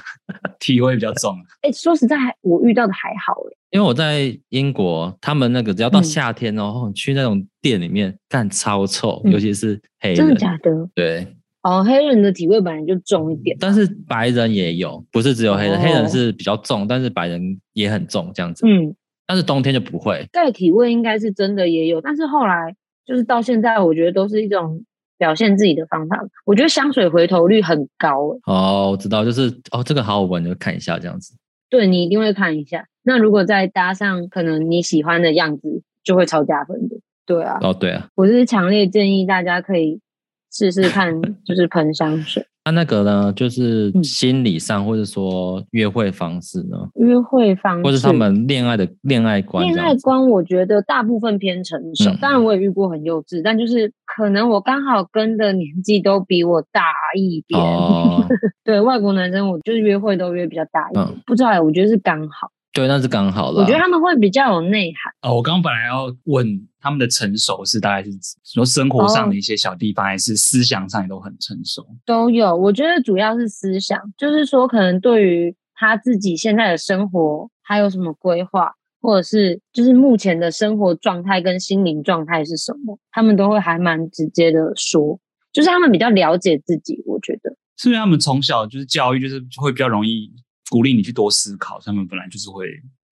Speaker 1: 体味比较重，啊
Speaker 3: 哎、说实在，还我遇到的还好哎、
Speaker 2: 因为我在英国，他们那个只要到
Speaker 3: 嗯
Speaker 2: 夏天哦，你去那种店里面干超臭，
Speaker 3: 嗯
Speaker 2: 尤其是黑
Speaker 3: 真的
Speaker 2: 人，
Speaker 3: 假的？
Speaker 2: 对，
Speaker 3: 哦，黑人的体味本来就重一点，
Speaker 2: 但是白人也有，不是只有黑人，
Speaker 3: 哦
Speaker 2: 黑人是比较重，但是白人也很重这样子。
Speaker 3: 嗯，
Speaker 2: 但是冬天就不会，
Speaker 3: 盖体味应该是真的也有，但是后来就是到现在，我觉得都是一种表现自己的方法。我觉得香水回头率很高、欸，
Speaker 2: 哦，我知道，就是哦，这个好好闻，就看一下这样子。
Speaker 3: 对你一定会看一下。那如果再搭上可能你喜欢的样子，就会超加分的。对啊，
Speaker 2: 哦，对啊，
Speaker 3: 我是强烈建议大家可以试试 看，就是喷香水。
Speaker 2: 那那个呢，就是
Speaker 3: 嗯
Speaker 2: 心理上或者说约会方式呢，
Speaker 3: 约会方式，
Speaker 2: 或者他们恋爱的恋爱观
Speaker 3: 恋
Speaker 2: 这
Speaker 3: 爱
Speaker 2: 样子。
Speaker 3: 观，我觉得大部分偏成熟。
Speaker 2: 嗯
Speaker 3: 当然，我也遇过很幼稚，但就是可能我刚好跟的年纪都比我大一点。
Speaker 2: 哦，
Speaker 3: 对外国男生，我就是约会都约比较大一点，
Speaker 2: 嗯
Speaker 3: 不知道、欸，我觉得是刚好。
Speaker 2: 对，那是刚好了。
Speaker 3: 我觉得他们会比较有内涵。
Speaker 1: 哦，我刚刚本来要问他们的成熟是大概是指说生活上
Speaker 3: 哦
Speaker 1: 的一些小地方，还是思想上也都很成熟？
Speaker 3: 都有，我觉得主要是思想，就是说可能对于他自己现在的生活还有什么规划，或者是就是目前的生活状态跟心灵状态是什么，他们都会还蛮直接的说，就是他们比较了解自己，我觉得。
Speaker 1: 是不是他们从小就是教育就是会比较容易鼓励你去多思考？他们本来就是会，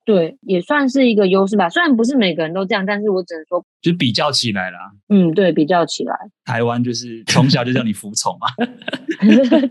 Speaker 3: 对，也算是一个优势吧。虽然不是每个人都这样，但是我只能说，
Speaker 1: 就是比较起来啦。
Speaker 3: 嗯，对，比较起来，
Speaker 1: 台湾就是从小就叫你服从嘛，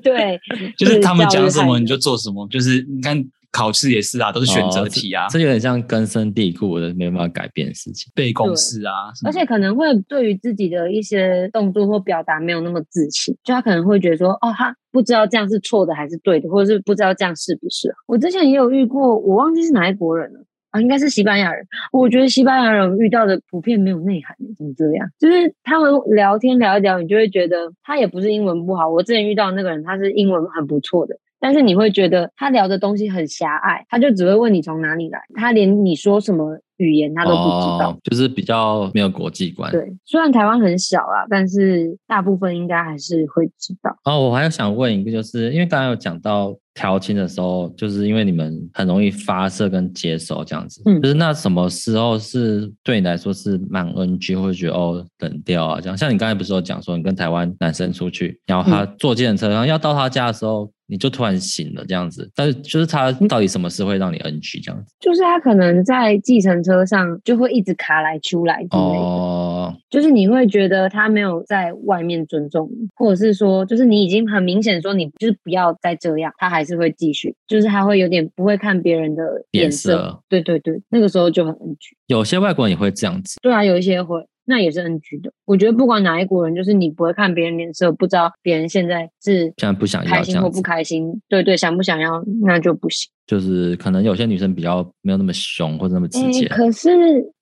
Speaker 3: 对，
Speaker 1: 就是他们
Speaker 3: 教育
Speaker 1: 讲什
Speaker 3: 害
Speaker 1: 么
Speaker 3: 的
Speaker 1: 你就做什么，就是你看考试也是啊，都是选择题啊
Speaker 2: 哦，这这有点像根深蒂固的，没办法改变的事情。
Speaker 1: 背公式啊，什么
Speaker 3: 而且可能会对于自己的一些动作或表达没有那么自信，就他可能会觉得说，哦，他不知道这样是错的还是对的，或者是不知道这样是不是。我之前也有遇过，我忘记是哪一国人了。啊，应该是西班牙人。我觉得西班牙人遇到的普遍没有内涵，欸怎么这样？就是他们聊天聊一聊，你就会觉得他也不是英文不好。我之前遇到那个人，他是英文很不错的，但是你会觉得他聊的东西很狭隘，他就只会问你从哪里来，他连你说什么语言他都不知道。
Speaker 2: 哦，就是比较没有国际观。
Speaker 3: 对，虽然台湾很小啦，但是大部分应该还是会知道。
Speaker 2: 哦，我还有想问一个，就是因为刚刚有讲到调情的时候，就是因为你们很容易发射跟接收这样子，
Speaker 3: 嗯
Speaker 2: 就是那什么时候是对你来说是蛮 NG，或者觉得哦冷掉
Speaker 3: 嗯
Speaker 2: 啊这样？像你刚才不是有讲说你跟台湾男生出去，然后他坐计程车，然后要到他家的时候，你就突然醒了这样子。但是就是他
Speaker 3: 嗯
Speaker 2: 到底什么事会让你 NG 这样子？
Speaker 3: 就是他可能在计程车上就会一直卡来出来之类的。
Speaker 2: 哦，
Speaker 3: 就是你会觉得他没有在外面尊重你，或者是说，就是你已经很明显说你就是不要再这样，他还是会继续，就是他会有点不会看别人的
Speaker 2: 脸
Speaker 3: 脸
Speaker 2: 色。
Speaker 3: 对对对，那个时候就很 NG。
Speaker 2: 有些外国人也会这样子。
Speaker 3: 对啊，有一些会，那也是 NG 的。我觉得不管哪一国人，就是你不会看别人脸色，不知道别人现在是
Speaker 2: 现在不想要
Speaker 3: 开心
Speaker 2: 这
Speaker 3: 或
Speaker 2: 样子
Speaker 3: 不开心，对对，想不想要那就不行。
Speaker 2: 就是可能有些女生比较没有那么凶或者那么直接
Speaker 3: 哎，可是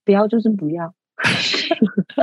Speaker 3: 不要就是不 要。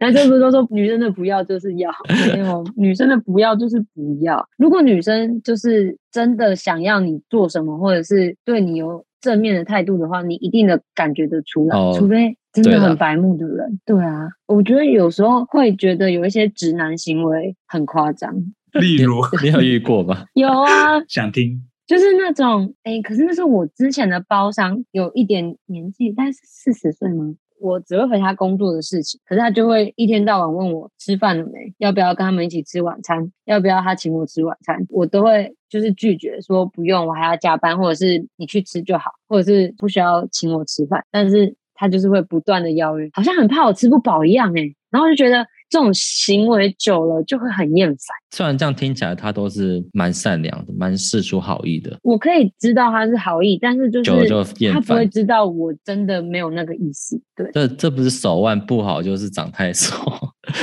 Speaker 3: 男生不是都说女生的不要就是要，没有女生的不要就是不要。如果女生就是真的想要你做什么，或者是对你有正面的态度的话，你一定的感觉得出来，
Speaker 2: 哦
Speaker 3: 除非真
Speaker 2: 对
Speaker 3: 的
Speaker 2: 啦
Speaker 3: 很白目的人。对啊，我觉得有时候会觉得有一些直男行为很夸张。
Speaker 1: 例如
Speaker 2: 你有遇过吗？
Speaker 3: 有啊，
Speaker 1: 想听
Speaker 3: 就是那种，哎、可是那是我之前的包商，有一点年纪，但是四十岁吗？我只会回他工作的事情，可是他就会一天到晚问我吃饭了没，要不要跟他们一起吃晚餐，要不要他请我吃晚餐，我都会就是拒绝说不用，我还要加班，或者是你去吃就好，或者是不需要请我吃饭，但是他就是会不断的邀约，好像很怕我吃不饱一样哎、然后就觉得这种行为久了就会很厌烦。
Speaker 2: 虽然这样听起来他都是蛮善良的，蛮事出好意的，
Speaker 3: 我可以知道他是好意，但是就
Speaker 2: 久了
Speaker 3: 是
Speaker 2: 就厌
Speaker 3: 他不会
Speaker 2: 烦。，
Speaker 3: 知道我真的没有那个意思。对
Speaker 2: 这这不是手腕不好，就是长太瘦。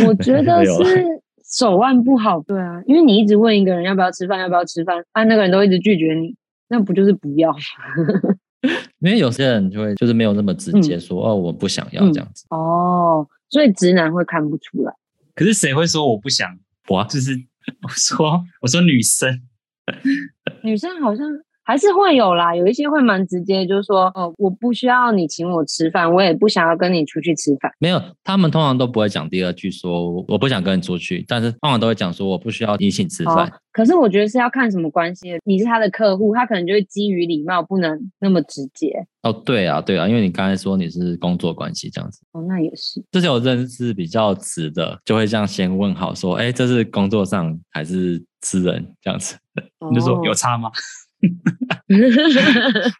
Speaker 3: 我觉得
Speaker 2: 没有啦
Speaker 3: 是手腕不好。对啊，因为你一直问一个人要不要吃饭，要不要吃饭，啊，那个人都一直拒绝你，那不就是不要吗？
Speaker 2: 因为有些人就会就是没有那么直接说、哦，我不想要
Speaker 3: 嗯
Speaker 2: 这样子。
Speaker 3: 哦，所以直男会看不出来。
Speaker 1: 可是谁会说我不啊想？
Speaker 2: 哇、
Speaker 1: 就是 我说我说女生，
Speaker 3: 女生好像还是会有啦，有一些会蛮直接，就是说，哦，我不需要你请我吃饭，我也不想要跟你出去吃饭。
Speaker 2: 没有，他们通常都不会讲第二句说我不想跟你出去，但是通常都会讲说我不需要你请吃饭。
Speaker 3: 哦。可是我觉得是要看什么关系，你是他的客户，他可能就会基于礼貌，不能那么直接。
Speaker 2: 哦，对啊，对啊，因为你刚才说你是工作关系这样子。
Speaker 3: 哦，那也是。
Speaker 2: 之前有认识比较直的，就会这样先问好说，哎，这是工作上还是私人这样子？
Speaker 1: 你就说
Speaker 3: 哦
Speaker 1: 有差 吗？
Speaker 3: 你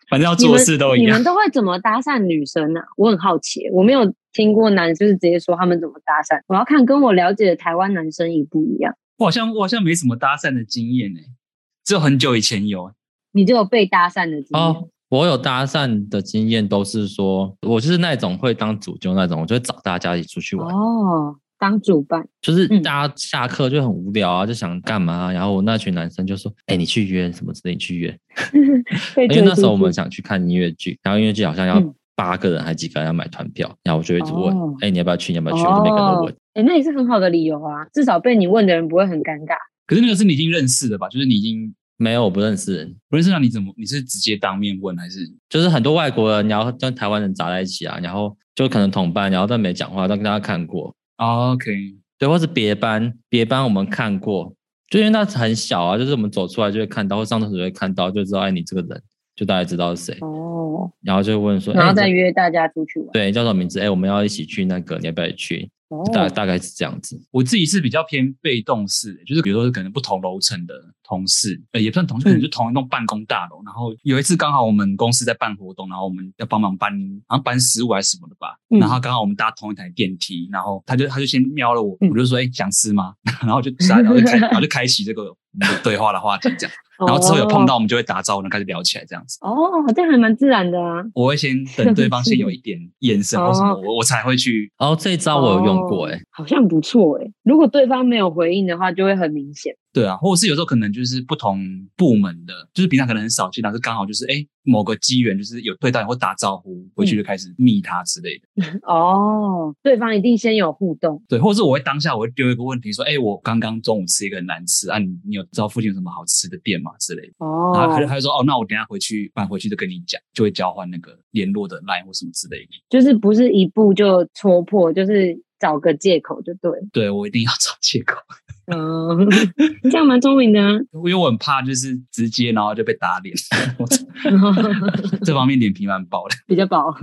Speaker 1: 反正要做的事都一
Speaker 3: 们你
Speaker 1: 样
Speaker 3: 们。都会怎么搭讪女生呢、我很好奇，我没有听过男就是直接说他们怎么搭讪。我要看跟我了解的台湾男生一不一样。
Speaker 1: 我好像我好像没什么搭讪的经验呢、只有很久以前有。
Speaker 3: 你就有被搭讪的经验，
Speaker 2: 哦，我有搭讪的经验，都是说我就是那种会当主揪那种，我就会找大家一起出去玩，
Speaker 3: 哦当主办
Speaker 2: 就是
Speaker 3: 嗯
Speaker 2: 大家下课就很无聊啊，就想干嘛啊、然后我那群男生就说：“哎、你去约什么之类，你去约。
Speaker 3: 被”
Speaker 2: 因为
Speaker 3: 推出
Speaker 2: 那时候我
Speaker 3: 去
Speaker 2: 们想去看音乐剧，然后音乐剧好像要
Speaker 3: 嗯
Speaker 2: 八个人还几个人要买团票，然后我就一直问：“哎、
Speaker 3: 哦
Speaker 2: 你要不要去？你要不要去？”我就每个人都问。
Speaker 3: 哎、那也是很好的理由啊，至少被你问的人不会很尴尬。
Speaker 1: 可是那个是你已经认识的吧？就是你已经
Speaker 2: 没有，我不认识人，
Speaker 1: 不认识那你怎么？你是直接当面问还是？
Speaker 2: 就是很多外国人，然后跟台湾人砸在一起啊，然后就可能同班，然后但没讲话，但跟大家看过，
Speaker 1: 哦 OK，
Speaker 2: 对，或是别班，别班我们看过，就因为那很小啊，就是我们走出来就会看到，或上厕所就会看到，就知道哎，你这个人，就大概知道是谁，
Speaker 3: 哦，
Speaker 2: 然后就问说，
Speaker 3: 然
Speaker 2: 哎
Speaker 3: 后
Speaker 2: 你
Speaker 3: 再
Speaker 2: 这
Speaker 3: 约大家出去玩。
Speaker 2: 对叫什么名字？哎，我们要一起去那个，你要不要也去？
Speaker 3: 哦，
Speaker 2: 就大大概是这样子。
Speaker 1: 我自己是比较偏被动式的，就是比如说可能不同楼层的同事，呃，也不算同事，
Speaker 3: 嗯
Speaker 1: 可能就同一栋办公大楼。然后有一次刚好我们公司在办活动，然后我们要帮忙搬，好像搬食物还是什么的吧。
Speaker 3: 嗯
Speaker 1: 然后刚好我们搭同一台电梯，然后他就他就先瞄了我，
Speaker 3: 嗯
Speaker 1: 我就说哎、想吃吗？ 然后就然后就 开然后就开启这个我们的对话的话题这样。然后之后有碰到我们就会打招呼，然后开始聊起来这样子。
Speaker 3: 哦，这样还蛮自然的啊。
Speaker 1: 我会先等对方先有一点眼神或什么，
Speaker 3: 哦
Speaker 1: 我我才会去。
Speaker 2: 然后这一招我有用过、哎、
Speaker 3: 哦好像不错哎、如果对方没有回应的话，就会很明显。
Speaker 1: 对啊，或者是有时候可能就是不同部门的，就是平常可能很少见，但是刚好就是哎某个机缘，就是有对到你或打招呼，回去
Speaker 3: 嗯
Speaker 1: 就开始密他之类的。
Speaker 3: 哦，对方一定先有互动。
Speaker 1: 对，或者是我会当下我会丢一个问题说，哎，我刚刚中午吃一个很难吃啊，你你有知道附近有什么好吃的店吗之类的。
Speaker 3: 哦，
Speaker 1: 然后他就他就说哦，那我等一下回去，不然回去就跟你讲，就会交换那个联络的 line 或什么之类的。
Speaker 3: 就是不是一步就戳破，就是找个借口就对了。
Speaker 1: 对我一定要找借口，
Speaker 3: 嗯， 这样蛮聪明的啊。
Speaker 1: 因为我很怕就是直接然后就被打脸，我 这方面脸皮蛮薄的。
Speaker 3: 比较薄。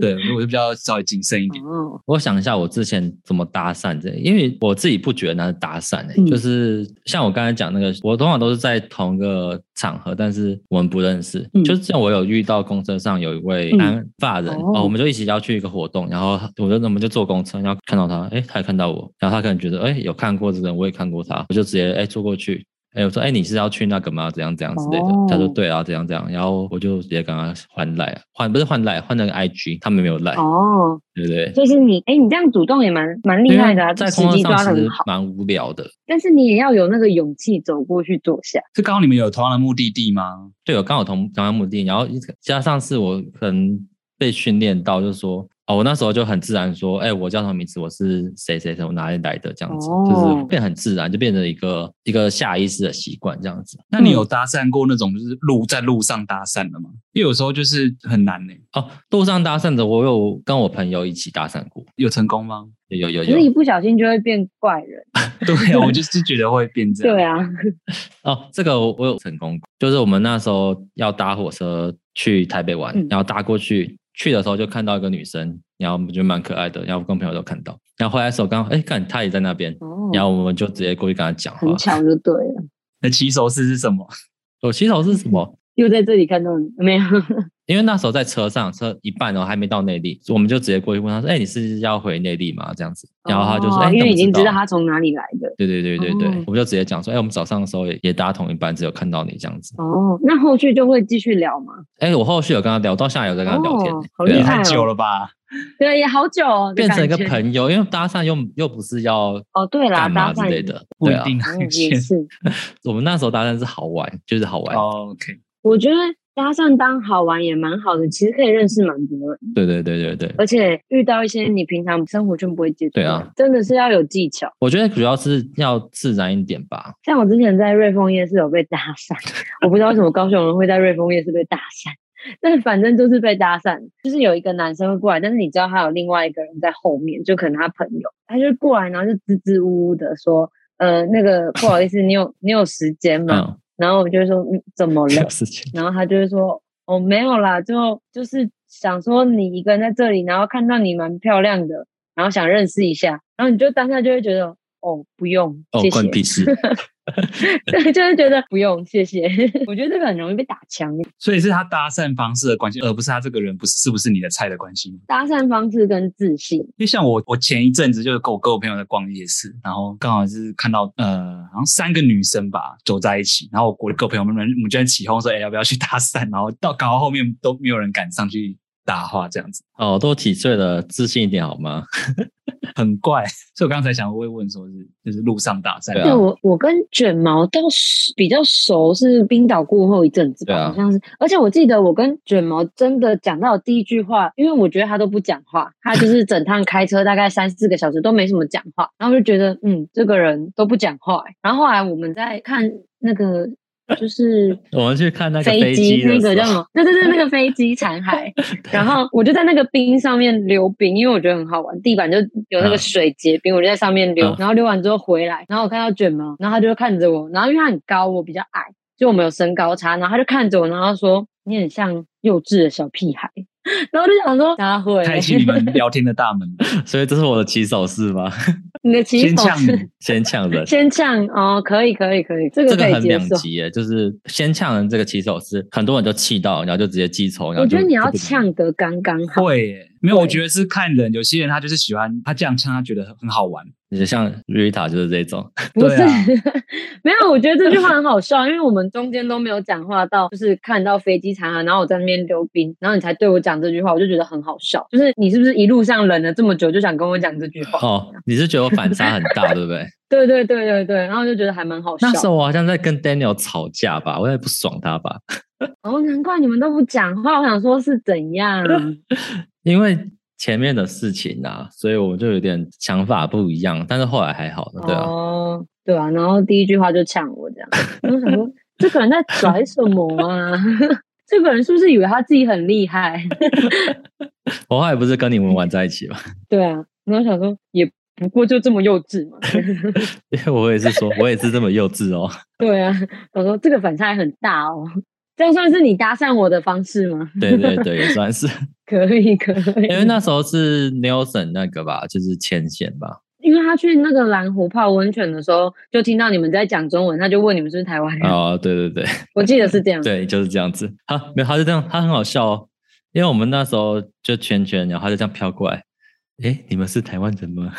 Speaker 1: 对，我就比较稍微谨慎一点。
Speaker 3: 哦，
Speaker 2: 我想一下，我之前怎么搭讪这，因为我自己不觉得那是搭讪、欸
Speaker 3: 嗯
Speaker 2: 就是像我刚才讲那个，我通常都是在同一个场合，但是我们不认识。
Speaker 3: 嗯
Speaker 2: 就是像我有遇到公车上有一位
Speaker 3: 嗯
Speaker 2: 南发人、
Speaker 3: 哦
Speaker 2: 哦，我们就一起要去一个活动，然后我就我们就坐公车，然后看到他，哎、他也看到我，然后他可能觉得，哎、有看过这个人，我也看过他，我就直接哎、坐过去。哎、我说，哎、你是要去那个吗？怎样怎样之类的。
Speaker 3: 哦
Speaker 2: 他说，对啊，怎样怎样。然后我就直接跟他换赖，换不是换赖，换那个 IG，他们没有赖、
Speaker 3: 哦，
Speaker 2: 对不对？
Speaker 3: 就是你，哎、你这样主动也蛮蛮厉害的
Speaker 2: 因
Speaker 3: 啊，
Speaker 2: 为在
Speaker 3: 时
Speaker 2: 空
Speaker 3: 机
Speaker 2: 间
Speaker 3: 抓
Speaker 2: 上其
Speaker 3: 的很
Speaker 2: 实
Speaker 3: 好。
Speaker 2: 蛮无聊的。
Speaker 3: 但是你也要有那个勇气走过去坐下。
Speaker 1: 是刚好你们有同样的目的地吗？
Speaker 2: 对，我刚好同同样目的，然后加上是我可能被训练到，就是说，哦，我那时候就很自然说，哎，我叫什么名字，我是谁谁谁，我哪里来的，这样子，就
Speaker 3: 哦
Speaker 2: 是变很自然，就变成一个一个下意识的习惯，这样子。
Speaker 1: 那
Speaker 3: 嗯
Speaker 1: 你有搭讪过那种就是路在路上搭讪的吗？因为有时候就是很难呢、
Speaker 2: 哦，路上搭讪的，我有跟我朋友一起搭讪过，
Speaker 1: 有成功吗？
Speaker 2: 有有
Speaker 3: 可
Speaker 2: 有
Speaker 3: 是，一
Speaker 2: 有。
Speaker 3: 不小心就会变怪人。
Speaker 1: 对啊，我就是觉得会变这样。
Speaker 3: 对，啊，
Speaker 2: 哦，这个我我有成功过，就是我们那时候要搭火车去台北玩，
Speaker 3: 嗯
Speaker 2: 然后搭过去，去的时候就看到一个女生，然后我觉得蛮可爱的，然后我跟朋友都看到，然后回来的时候刚好，哎，看她也在那边，
Speaker 3: 哦，
Speaker 2: 然后我们就直接过去跟他讲话
Speaker 3: 很。巧就对了。
Speaker 1: 那起手式是什么？
Speaker 2: 我骑手是什么？
Speaker 3: 又在这里看到你，没有？
Speaker 2: 因为那时候在车上，车一半哦，还没到内地，我们就直接过去问他说：“哎、你是要回内地吗？”这样子，然后他就说：“哎、
Speaker 3: 哦
Speaker 2: 你
Speaker 3: 因
Speaker 2: 怎
Speaker 3: 为
Speaker 2: 么
Speaker 3: 已经
Speaker 2: 知
Speaker 3: 知道他从哪里来的。
Speaker 2: 对对对对对，
Speaker 3: 哦
Speaker 2: 我们就直接讲说：“哎、我们早上的时候也也搭同一班，只有看到你这样子。
Speaker 3: 哦，那后续就会继续聊嘛？
Speaker 2: 哎、我后续有跟他聊，到下游在跟他聊天、
Speaker 3: 哦好
Speaker 2: 对
Speaker 1: 也
Speaker 2: 啊
Speaker 3: 厉害
Speaker 1: 太久了吧？
Speaker 3: 对，也好久、哦、
Speaker 2: 变成一个
Speaker 3: 的感觉
Speaker 2: 朋友，因为搭讪又又不是要
Speaker 3: 哦，对啦，
Speaker 2: 干嘛
Speaker 3: 搭
Speaker 2: 之
Speaker 3: 讪
Speaker 2: 类 的，
Speaker 1: 不
Speaker 2: 对
Speaker 1: 一
Speaker 2: 啊。
Speaker 1: 定啊，
Speaker 3: 嗯
Speaker 1: 有些
Speaker 3: 也是。
Speaker 2: 我们那时候搭讪是好玩，就是好玩，
Speaker 1: 哦 OK，
Speaker 3: 我觉得搭讪当好玩也蛮好的，其实可以认识蛮多人，
Speaker 2: 对对对对对。
Speaker 3: 而且遇到一些你平常生活圈不会接触，
Speaker 2: 对啊，
Speaker 3: 真的是要有技巧。
Speaker 2: 我觉得主要是要自然一点吧，
Speaker 3: 像我之前在瑞丰夜市有被搭讪，我不知道为什么高雄人会在瑞丰夜市被搭讪，但反正就是被搭讪，就是有一个男生会过来，但是你知道他有另外一个人在后面，就可能他朋友，他就过来，然后就支支吾吾的说，呃，那个不好意思，你有你有时间吗？
Speaker 2: 嗯，
Speaker 3: 然后我就会说，嗯，怎么 了
Speaker 1: 哦
Speaker 2: 有？事情。
Speaker 3: 然后他就会说：“哦，没有啦，就就是想说你一个人在这里，然后看到你蛮漂亮的，然后想认识一下，然后你就当下就会觉得，哦，不用，
Speaker 2: 哦，
Speaker 3: 谢
Speaker 2: 关你
Speaker 3: 谢，
Speaker 2: 屁 事！
Speaker 3: 对，就会觉得不用，谢谢。 我觉得这个很容易被打枪，
Speaker 1: 所以是他搭讪方式的关系，而不是他这个人不是是不是你的菜的关系吗。
Speaker 3: 搭讪方式跟自信，
Speaker 1: 因为像我，我前一阵子就是跟我跟我朋友在逛夜市，然后刚好是看到呃，好像三个女生吧走在一起，然后我跟我朋友们，我们就在起哄说，哎、要不要去搭讪？然后到搞到后面都没有人敢上去搭话，这样子
Speaker 2: 哦，都几岁了，自信一点好吗？
Speaker 1: 很怪。 所以我刚才想会问说是就是路上搭讪，
Speaker 2: 对啊
Speaker 3: 对我我跟卷毛倒是比较熟，是冰岛过后一阵子吧，
Speaker 2: 对啊
Speaker 3: 好像是。而且我记得我跟卷毛真的讲到第一句话，因为我觉得他都不讲话，他就是整趟开车大概三四个小时都没什么讲话，然后就觉得嗯，这个人都不讲话欸、然后后来我们在看那个就是。
Speaker 2: 我们去看那个
Speaker 3: 飞
Speaker 2: 机的
Speaker 3: 那个
Speaker 2: 时
Speaker 3: 叫什
Speaker 2: 候，
Speaker 3: 么？对对对，那个飞 机残骸。然后我就在那个冰上面溜冰，因为我觉得很好玩，地板就有那个
Speaker 2: 嗯
Speaker 3: 水结冰，我就在上面溜
Speaker 2: 嗯。
Speaker 3: 然后溜完之后回来，然后我看到卷毛，然后他就看着我，然后因为他很高，我比较矮，就我们有身高差，然后他就看着我，然后说：“你很像幼稚的小屁孩。” 然后我就想说：“哪会？
Speaker 1: 开启你们聊天的大门，
Speaker 2: 所以这是我的起手式吗？
Speaker 3: 你的起
Speaker 1: 先
Speaker 3: 手
Speaker 1: 呛
Speaker 3: 是
Speaker 1: 你。
Speaker 2: 先呛人，
Speaker 3: 先呛哦，可以可以可以，这个
Speaker 2: 这
Speaker 3: 可
Speaker 2: 个
Speaker 3: 以
Speaker 2: 很
Speaker 3: 接
Speaker 2: 两
Speaker 3: 受。
Speaker 2: 极耶，就是先呛人这个起手式，很多人就气到，然后就直接记仇，然啊
Speaker 3: 我
Speaker 2: 后就
Speaker 3: 觉得你要
Speaker 2: 就不
Speaker 3: 呛得刚刚好。”
Speaker 1: 会耶，没有，我
Speaker 3: 对
Speaker 1: 觉得是看人，有些人他就是喜欢他这样唱，他觉得很很好玩。
Speaker 2: 你就像 Rita 就是这种，
Speaker 3: 不
Speaker 1: 对
Speaker 3: 是，
Speaker 1: 啊
Speaker 3: 没有，我觉得这句话很好笑，因为我们中间都没有讲话到，就是看到飞机残骸，然后我在那边溜冰，然后你才对我讲这句话，我就觉得很好笑。就是你是不是一路上忍了这么久，就想跟我讲这句话？
Speaker 2: 哦，你是觉得我反差很 大，对不对？
Speaker 3: 对对对对对，然后就觉得还蛮好笑
Speaker 2: 那。时候我好像在跟 Daniel 吵架吧，我也不爽他吧，
Speaker 3: 哦，难怪你们都不讲话，我想说是怎样？
Speaker 2: 啊因为前面的事情啊，所以我就有点想法不一样，但是后来还好了，对啊，
Speaker 3: 哦，对啊，然后第一句话就呛我 这样，然后我想说这个人在拽什么啊？ 这个人是不是以为他自己很厉害？
Speaker 2: 我后来不是跟你们玩在一起吗？
Speaker 3: 对啊，然后想说，也不过就这么幼稚嘛。
Speaker 2: 因为我也是说，我也是这么幼稚 哦。
Speaker 3: 对啊，我说这个反差还很大哦。这样算是你搭讪我的方式吗？
Speaker 2: 对对对，也算是，
Speaker 3: 可以可以，
Speaker 2: 因为那时候是 Nelson 那个吧，就是牵线吧。
Speaker 3: 因为他去那个蓝湖泡温泉的时候，就听到你们在讲中文，他就问你们是不是台湾人。
Speaker 2: 哦，对对对
Speaker 3: 我记得是这样。
Speaker 2: 对，就是这样子。他没有，他就这样，他很好笑哦。因为我们那时候就圈圈，然后他就这样飘过来，诶，你们是台湾人吗？。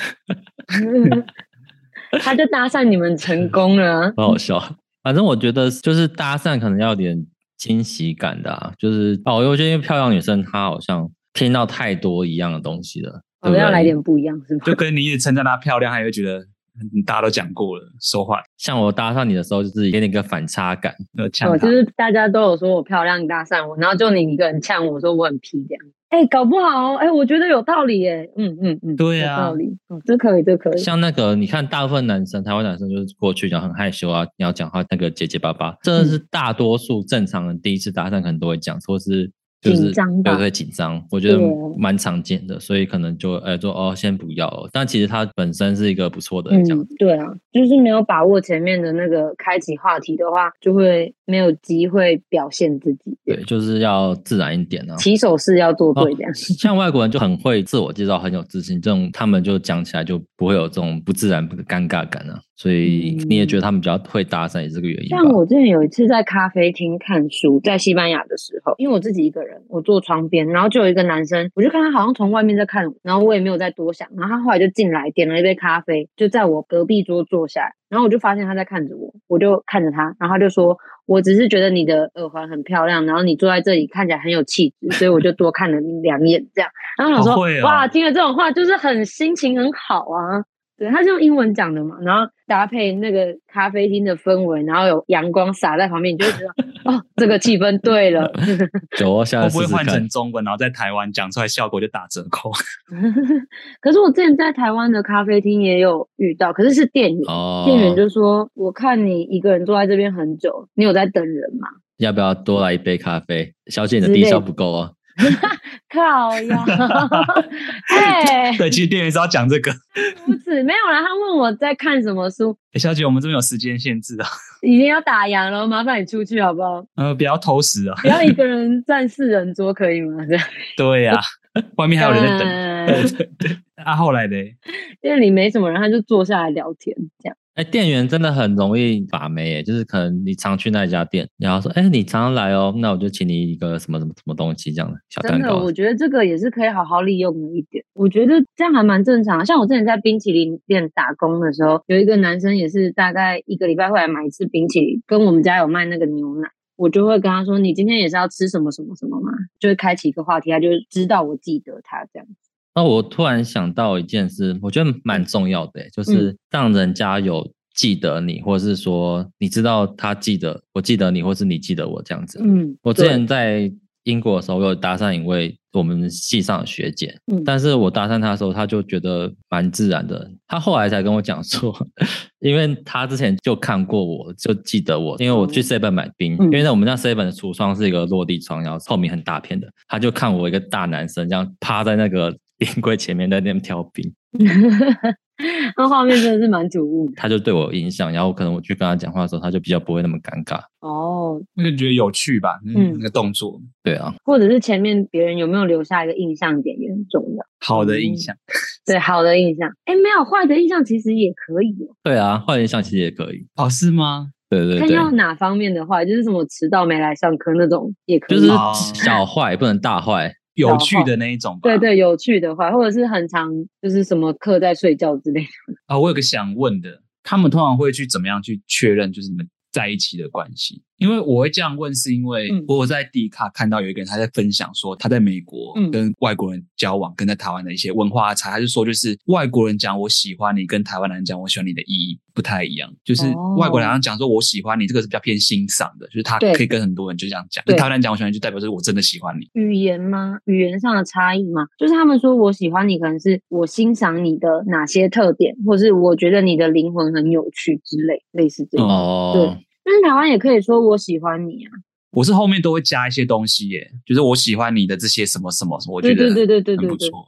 Speaker 3: 他就搭讪你们成功了啊
Speaker 2: 很好笑。反正我觉得就是搭讪可能要有点惊喜感的啊，就是哦，我觉得因为漂亮女生她好像听到太多一样的东西了，
Speaker 3: 我
Speaker 2: 对不
Speaker 3: 们
Speaker 2: 对
Speaker 3: 哦要来点不一样，是吗？
Speaker 1: 就跟你一直称赞她漂亮，她也会觉得嗯大家都讲过了，说话
Speaker 2: 像我搭讪你的时候，就是给你一个反差感，
Speaker 1: 呃呛
Speaker 3: 哦，
Speaker 1: 她
Speaker 3: 就。是大家都有说我漂亮搭讪我，然后就你一个人呛我说我很皮这样。哎、搞不好哦哎、我觉得有道理耶。嗯嗯嗯，
Speaker 1: 对啊
Speaker 3: 有道理。哦，这可以，这可以。
Speaker 2: 像那个，你看大部分男生，台湾男生就是过去然后很害羞啊，你要讲话那个结结巴巴，这
Speaker 3: 嗯
Speaker 2: 是大多数正常人第一次搭讪可能都会讲，或是就是
Speaker 3: 紧张吧
Speaker 2: 对对紧张，我觉得
Speaker 3: 对
Speaker 2: 蛮常见的，所以可能就呃说哦先不要哦，但其实他本身是一个不错的人，这样
Speaker 3: 嗯，对啊，就是没有把握前面的那个开启话题的话，就会没有机会表现自己。
Speaker 2: 对，就是要自然一点啊。哦
Speaker 3: 起手式要做对这样。
Speaker 2: 像外国人就很会自我介绍，很有自信，这种他们就讲起来就不会有这种不自然、不尴尬感啊。所以
Speaker 3: 嗯
Speaker 2: 你也觉得他们比较会搭讪，也是这个原因吧
Speaker 3: 像？我之前有一次在咖啡厅看书，在西班牙的时候，因为我自己一个人，我坐窗边，然后就有一个男生，我就看他好像从外面在看我，然后我也没有再多想，然后他后来就进来点了一杯咖啡，就在我隔壁桌坐下来，然后我就发现他在看着我，我就看着他，然后他就说。我只是觉得你的耳环很漂亮，然后你坐在这里看起来很有气质，所以我就多看了你两眼这样。然后我想
Speaker 1: 好
Speaker 3: 说，
Speaker 1: 会哦
Speaker 3: 哇，听了这种话就是很心情很好啊。对，它是用英文讲的嘛，然后搭配那个咖啡厅的氛围，然后有阳光洒在旁边，你就会觉 得哦，这个气氛对了。嗯
Speaker 2: 酒窝哦下
Speaker 1: 会
Speaker 2: 来
Speaker 1: 哦不会
Speaker 2: 呃试试
Speaker 1: 换
Speaker 2: 看
Speaker 1: 成。中文，然后在台湾讲出来效果就打折扣？
Speaker 3: 可是我之前在台湾的咖啡厅也有遇到，可是是店员，
Speaker 2: 哦，
Speaker 3: 店员就说：“我看你一个人坐在这边很久，你有在等人吗
Speaker 2: 要不要多来一杯咖啡？小姐，你的
Speaker 3: 之
Speaker 2: 低
Speaker 3: 类
Speaker 2: 消
Speaker 3: 的
Speaker 2: 不够哦。？”
Speaker 3: 靠 呀，哎，
Speaker 1: 对，其实店员是要讲这个。
Speaker 3: 不止没有啦，他问我在看什么书，
Speaker 1: 哎小姐，我们这边有时间限制啊，
Speaker 3: 已经要打烊了，麻烦你出去好不好？
Speaker 1: 呃，不要偷食啊。
Speaker 3: 不要一个人占四人桌可以吗？这样
Speaker 1: 对呀、外面还有人在等。
Speaker 3: 干
Speaker 1: 啊，后来嘞，
Speaker 3: 店里没什么人，他就坐下来聊 天，这样
Speaker 2: 哎，店员真的很容易把妹耶，就是可能你常去那一家店，然后说，哎，你常常来哦，那我就请你一个什么什么什么东西这样的小
Speaker 3: 真
Speaker 2: 蛋
Speaker 3: 的，
Speaker 2: 糕
Speaker 3: 我。觉得这个也是可以好好利用的一点。我觉得这样还蛮正常的。像我之前在冰淇淋店打工的时候，有一个男生也是大概一个礼拜会来买一次冰淇淋，跟我们家有卖那个牛奶，我就会跟他说：“你今天也是要吃什么什么什么吗？”就会开启一个话题，他就知道我记得他这样。
Speaker 2: 那我突然想到一件事，我觉得蛮重要的耶，欸就是让人家有记得你，或者是说你知道他记得我记得你，或是你记得我这样子。
Speaker 3: 嗯，
Speaker 2: 我之
Speaker 3: 对
Speaker 2: 前在英国的时候，我有搭讪一位我们系上的学姐，
Speaker 3: 嗯
Speaker 2: 但是我搭讪她的时候，她就觉得蛮自然的。她后来才跟我讲说， 因为她之前就看过我，就记得我，因为我去
Speaker 3: 哦
Speaker 2: seven 买冰，
Speaker 3: 嗯
Speaker 2: 因为呢我们那 seven 的橱窗是一个落地窗，然后透明很大片的，她就看我一个大男生这样趴在那个 冰柜前面在那边挑冰，
Speaker 3: 那画面真的是蛮突兀的
Speaker 2: 她就对我有印象，然后可能我去跟她讲话的时候，她就比较不会那么尴尬。
Speaker 3: 哦，
Speaker 1: 那就觉得有趣吧，嗯，
Speaker 3: 嗯
Speaker 1: 那个动作，
Speaker 2: 对啊，
Speaker 3: 或者是前面别人有没有留下一个印象点也很重要，
Speaker 1: 好的印象。
Speaker 3: 对好的印象，哎，没有坏的印象其实也可以哦。
Speaker 2: 对啊，换人象其实也可以。
Speaker 1: 哦，是吗？
Speaker 2: 对对
Speaker 3: 看
Speaker 2: 对。
Speaker 3: 要哪方面的话，就是什么迟到没来上课那种也可
Speaker 2: 就
Speaker 3: 以，
Speaker 2: 是
Speaker 1: 哦
Speaker 2: 小坏不能大坏，
Speaker 1: 有趣的那一种吧。
Speaker 3: 对对有趣的话，或者是很常就是什么课在睡觉之类的。
Speaker 1: 啊、我有个想问的，他们通常会去怎么样去确认就是你们在一起的关系？因为我会这样问，是因为
Speaker 3: 嗯
Speaker 1: 我有在 D 卡看到有一个人他在分享说他在美国
Speaker 3: 嗯
Speaker 1: 跟外国人交往，跟在台湾的一些文化差，他就说就是外国人讲我喜欢你，跟台湾人讲我喜欢你的意义不太一样，就是
Speaker 3: 哦
Speaker 1: 外国人好像讲说我喜欢你这个是比较偏欣赏的，就是他
Speaker 3: 对
Speaker 1: 可以跟很多人就这样讲，
Speaker 3: 对
Speaker 1: 台湾人讲我喜欢你就代表是我真的喜欢你。
Speaker 3: 语言吗？语言上的差异吗？就是他们说我喜欢你，可能是我欣赏你的哪些特点，或是我觉得你的灵魂很有趣之类，类似
Speaker 1: 嗯
Speaker 3: 这种。
Speaker 2: 哦，
Speaker 3: 但是台湾也可以说我喜欢你啊，
Speaker 1: 我是后面都会加一些东西耶，就是我喜欢你的这些什么什么，我觉
Speaker 3: 对
Speaker 1: 得
Speaker 3: 对对对对
Speaker 1: 很
Speaker 3: 对
Speaker 1: 不
Speaker 3: 对，
Speaker 1: 错。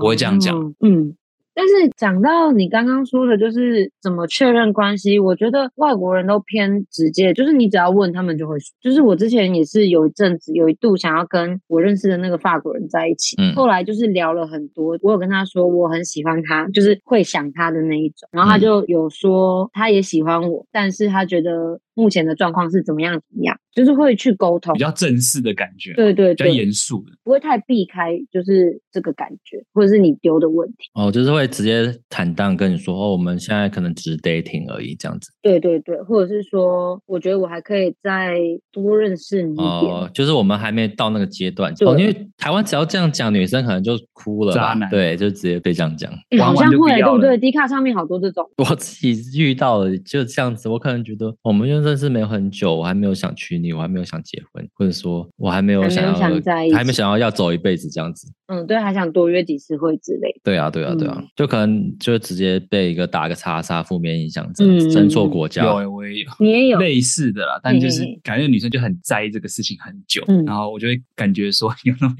Speaker 1: 我会这样讲
Speaker 3: 哦，嗯，但是讲到你刚刚说的，就是怎么确认关系，我觉得外国人都偏直接，就是你只要问他们就会说。就是我之前也是有一阵子，有一度想要跟我认识的那个法国人在一起，
Speaker 2: 嗯
Speaker 3: 后来就是聊了很多，我有跟他说我很喜欢他，就是会想他的那一种，然后他
Speaker 2: 嗯
Speaker 3: 就有说他也喜欢我，但是他觉得目前的状况是怎么样怎么样，就是会去沟通
Speaker 1: 比。较正式的感觉，
Speaker 3: 对对
Speaker 1: 比较
Speaker 3: 对，
Speaker 1: 严肃的。
Speaker 3: 不会太避开，就是这个感觉，或者是你丢的问题。
Speaker 2: 哦，就是会直接坦荡跟你说，哦，我们现在可能只是 dating 而已这样子。
Speaker 3: 对对对，或者是说，我觉得我还可以再多认识你一点。
Speaker 2: 哦，就是我们还没到那个阶段。
Speaker 3: 对
Speaker 2: 哦，因为台湾只要这样讲，女生可能就哭了吧
Speaker 1: 渣男
Speaker 2: 对，就直接被这样讲。
Speaker 3: 诶好
Speaker 1: 玩
Speaker 3: 像
Speaker 1: 完就不
Speaker 3: 会，对
Speaker 1: 要
Speaker 3: 不
Speaker 1: 了
Speaker 3: 对？d 卡上面好多这种，
Speaker 2: 我自己遇到了就这样子，我可能觉得哦我们又认识没有很久，我还没有想娶你，我还没有想结婚，或者说我还没有
Speaker 3: 还没
Speaker 2: 想
Speaker 3: 有
Speaker 2: 要
Speaker 3: 想在一起
Speaker 2: 还没想要要走一辈子这样子。
Speaker 3: 嗯，对，还想多约几次会之类的。
Speaker 2: 对啊，对啊，对啊，
Speaker 3: 嗯
Speaker 2: 就可能就直接被一个打个叉叉负面影响，这样子生错
Speaker 3: 嗯
Speaker 2: 国家。
Speaker 1: 有欸，我也有。
Speaker 3: 你也有，
Speaker 1: 类似的啦，但就是
Speaker 3: 嘿嘿嘿
Speaker 1: 感觉女生就很在意这个事情很久，
Speaker 3: 嗯
Speaker 1: 然后我就会感觉说有那么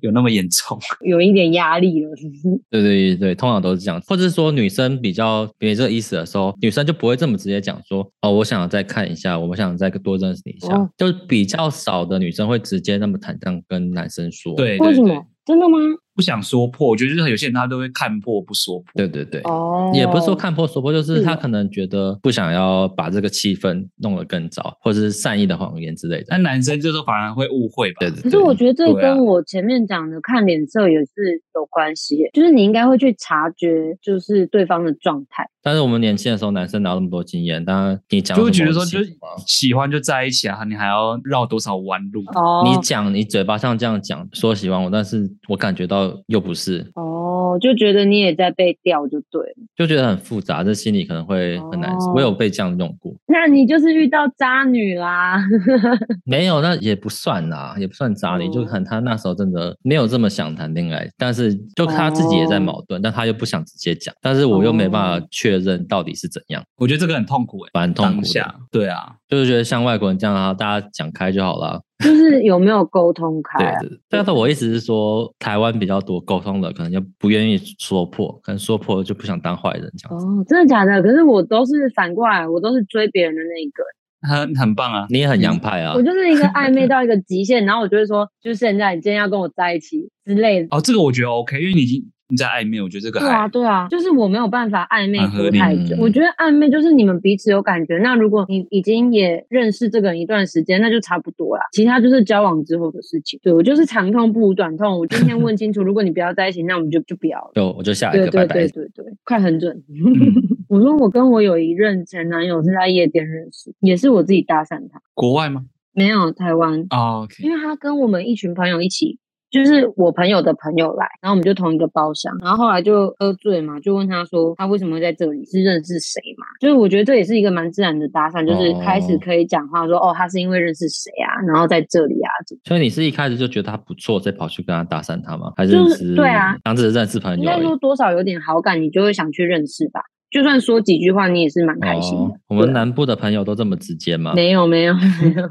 Speaker 1: 有那么严重，
Speaker 3: 有一点压力了，是不是？
Speaker 2: 对对对，通常都是这样，或者是说女生比较没这个意思的时候，女生就不会这么直接讲说哦，我想再看一下，我想再多认识你一下，
Speaker 3: 哦
Speaker 2: 就是比较少的女生会直接那么坦荡跟男生说。
Speaker 1: 对
Speaker 3: 为
Speaker 1: 对
Speaker 3: 什
Speaker 1: 对，
Speaker 3: 么？真的吗？
Speaker 1: 不想说破，我觉得就是有些人他都会看破不说破，
Speaker 2: 对对对，
Speaker 3: 哦，
Speaker 2: 也不是说，看破说破，就是
Speaker 3: 是
Speaker 2: 他
Speaker 3: 哦
Speaker 2: 可能觉得不想要把这个气氛弄得更糟，或者是善意的谎言之类的。
Speaker 1: 但男生这时候反而会误会吧，
Speaker 2: 对对对，
Speaker 3: 嗯可是我觉得这
Speaker 1: 对啊
Speaker 3: 跟我前面讲的看脸色也是有关系耶，就是你应该会去察觉，就是对方的状态。
Speaker 2: 但是我们年轻的时候，男生哪有那么多经验？当然你讲
Speaker 1: 就会
Speaker 2: 什
Speaker 1: 觉
Speaker 2: 么
Speaker 1: 得说
Speaker 2: 气
Speaker 1: 就
Speaker 2: 话
Speaker 1: 喜欢就在一起啊，你还要绕多少弯路？
Speaker 3: 哦，
Speaker 2: 你讲，你嘴巴上这样讲，说喜欢我，但是我感觉到又不是，
Speaker 3: 哦，就觉得你也在被钓，就对了。
Speaker 2: 就觉得很复杂，这心里可能会很难受。
Speaker 3: 哦
Speaker 2: 我有被这样用过，
Speaker 3: 那你就是遇到渣女啦。
Speaker 2: 没有，那也不算啦，也不算渣
Speaker 1: 哦
Speaker 2: 女，
Speaker 3: 嗯
Speaker 2: 就可能他那时候真的没有这么想谈恋爱，但是就他自己也在矛
Speaker 1: 哦
Speaker 2: 盾，但他又不想直接讲，但是我又没办法确认到底是怎样，
Speaker 1: 我觉得这个很痛苦哎、
Speaker 2: 蛮痛
Speaker 1: 当
Speaker 2: 苦的
Speaker 1: 下。对啊，
Speaker 2: 就是觉得像外国人这样啊，大家讲开就好啦。
Speaker 3: 就是有没有沟通开
Speaker 2: 对
Speaker 3: 啊、
Speaker 2: 对，对但是我意思是说，台湾比较多沟通的，可能就不愿意说破，可能说破了就不想当坏人这样子。
Speaker 3: 哦，真的假的？可是我都是反过来，我都是追别人的那一个，
Speaker 1: 很很棒啊，
Speaker 2: 你也很洋派啊
Speaker 3: 嗯我，就是一个暧昧到一个极限，然后我就会说，就是现在你今天要跟我在一起之类的。
Speaker 1: 哦，这个我觉得 OK，因为你已经你在暧昧，我觉得这个
Speaker 3: 对
Speaker 1: 还、
Speaker 3: 啊，对啊，就是我没有办法暧昧
Speaker 1: 很合
Speaker 3: 拖
Speaker 1: 理
Speaker 3: 太久。
Speaker 2: 嗯
Speaker 3: 我觉得暧昧就是你们彼此有感觉，那如果你已经也认识这个人一段时间，那就差不多啦。其他就是交往之后的事情。对我就是长痛不如短痛，我今天问清楚，如果你不要在一起，那我们就就不要了。
Speaker 2: 就我就下一
Speaker 3: 对
Speaker 2: 个拜
Speaker 3: 对
Speaker 2: 拜。
Speaker 3: 对对对，快很准。
Speaker 1: 嗯，
Speaker 3: 我说我跟我有一任前男友是在夜店认识，也是我自己搭讪他，
Speaker 1: 国外吗、
Speaker 3: 没有台
Speaker 2: 嗯
Speaker 3: 湾，
Speaker 1: 哦、？OK，
Speaker 3: 因为他跟我们一群朋友一起，就是我朋友的朋友来，然后我们就同一个包厢，然后后来就喝醉嘛，就问他说他为什么会在这里，是认识谁嘛？就是我觉得这也是一个蛮自然的搭讪，就是开始
Speaker 2: 哦
Speaker 3: 可以讲话说哦，他是因为认识谁啊，然后在这里啊，怎么
Speaker 2: 所以你是一开始就觉得他不错，再跑去跟他搭讪他吗？还是
Speaker 3: 就是
Speaker 2: 只是
Speaker 3: 对啊，
Speaker 2: 当只是认识朋
Speaker 3: 应
Speaker 2: 友而
Speaker 3: 该
Speaker 2: 已
Speaker 3: 说？多少有点好感，你就会想去认识吧。就算说几句话，你也是蛮开心的。
Speaker 2: 哦，我们
Speaker 3: 对啊
Speaker 2: 南部的朋友都这么直接吗？
Speaker 3: 没有没有没有，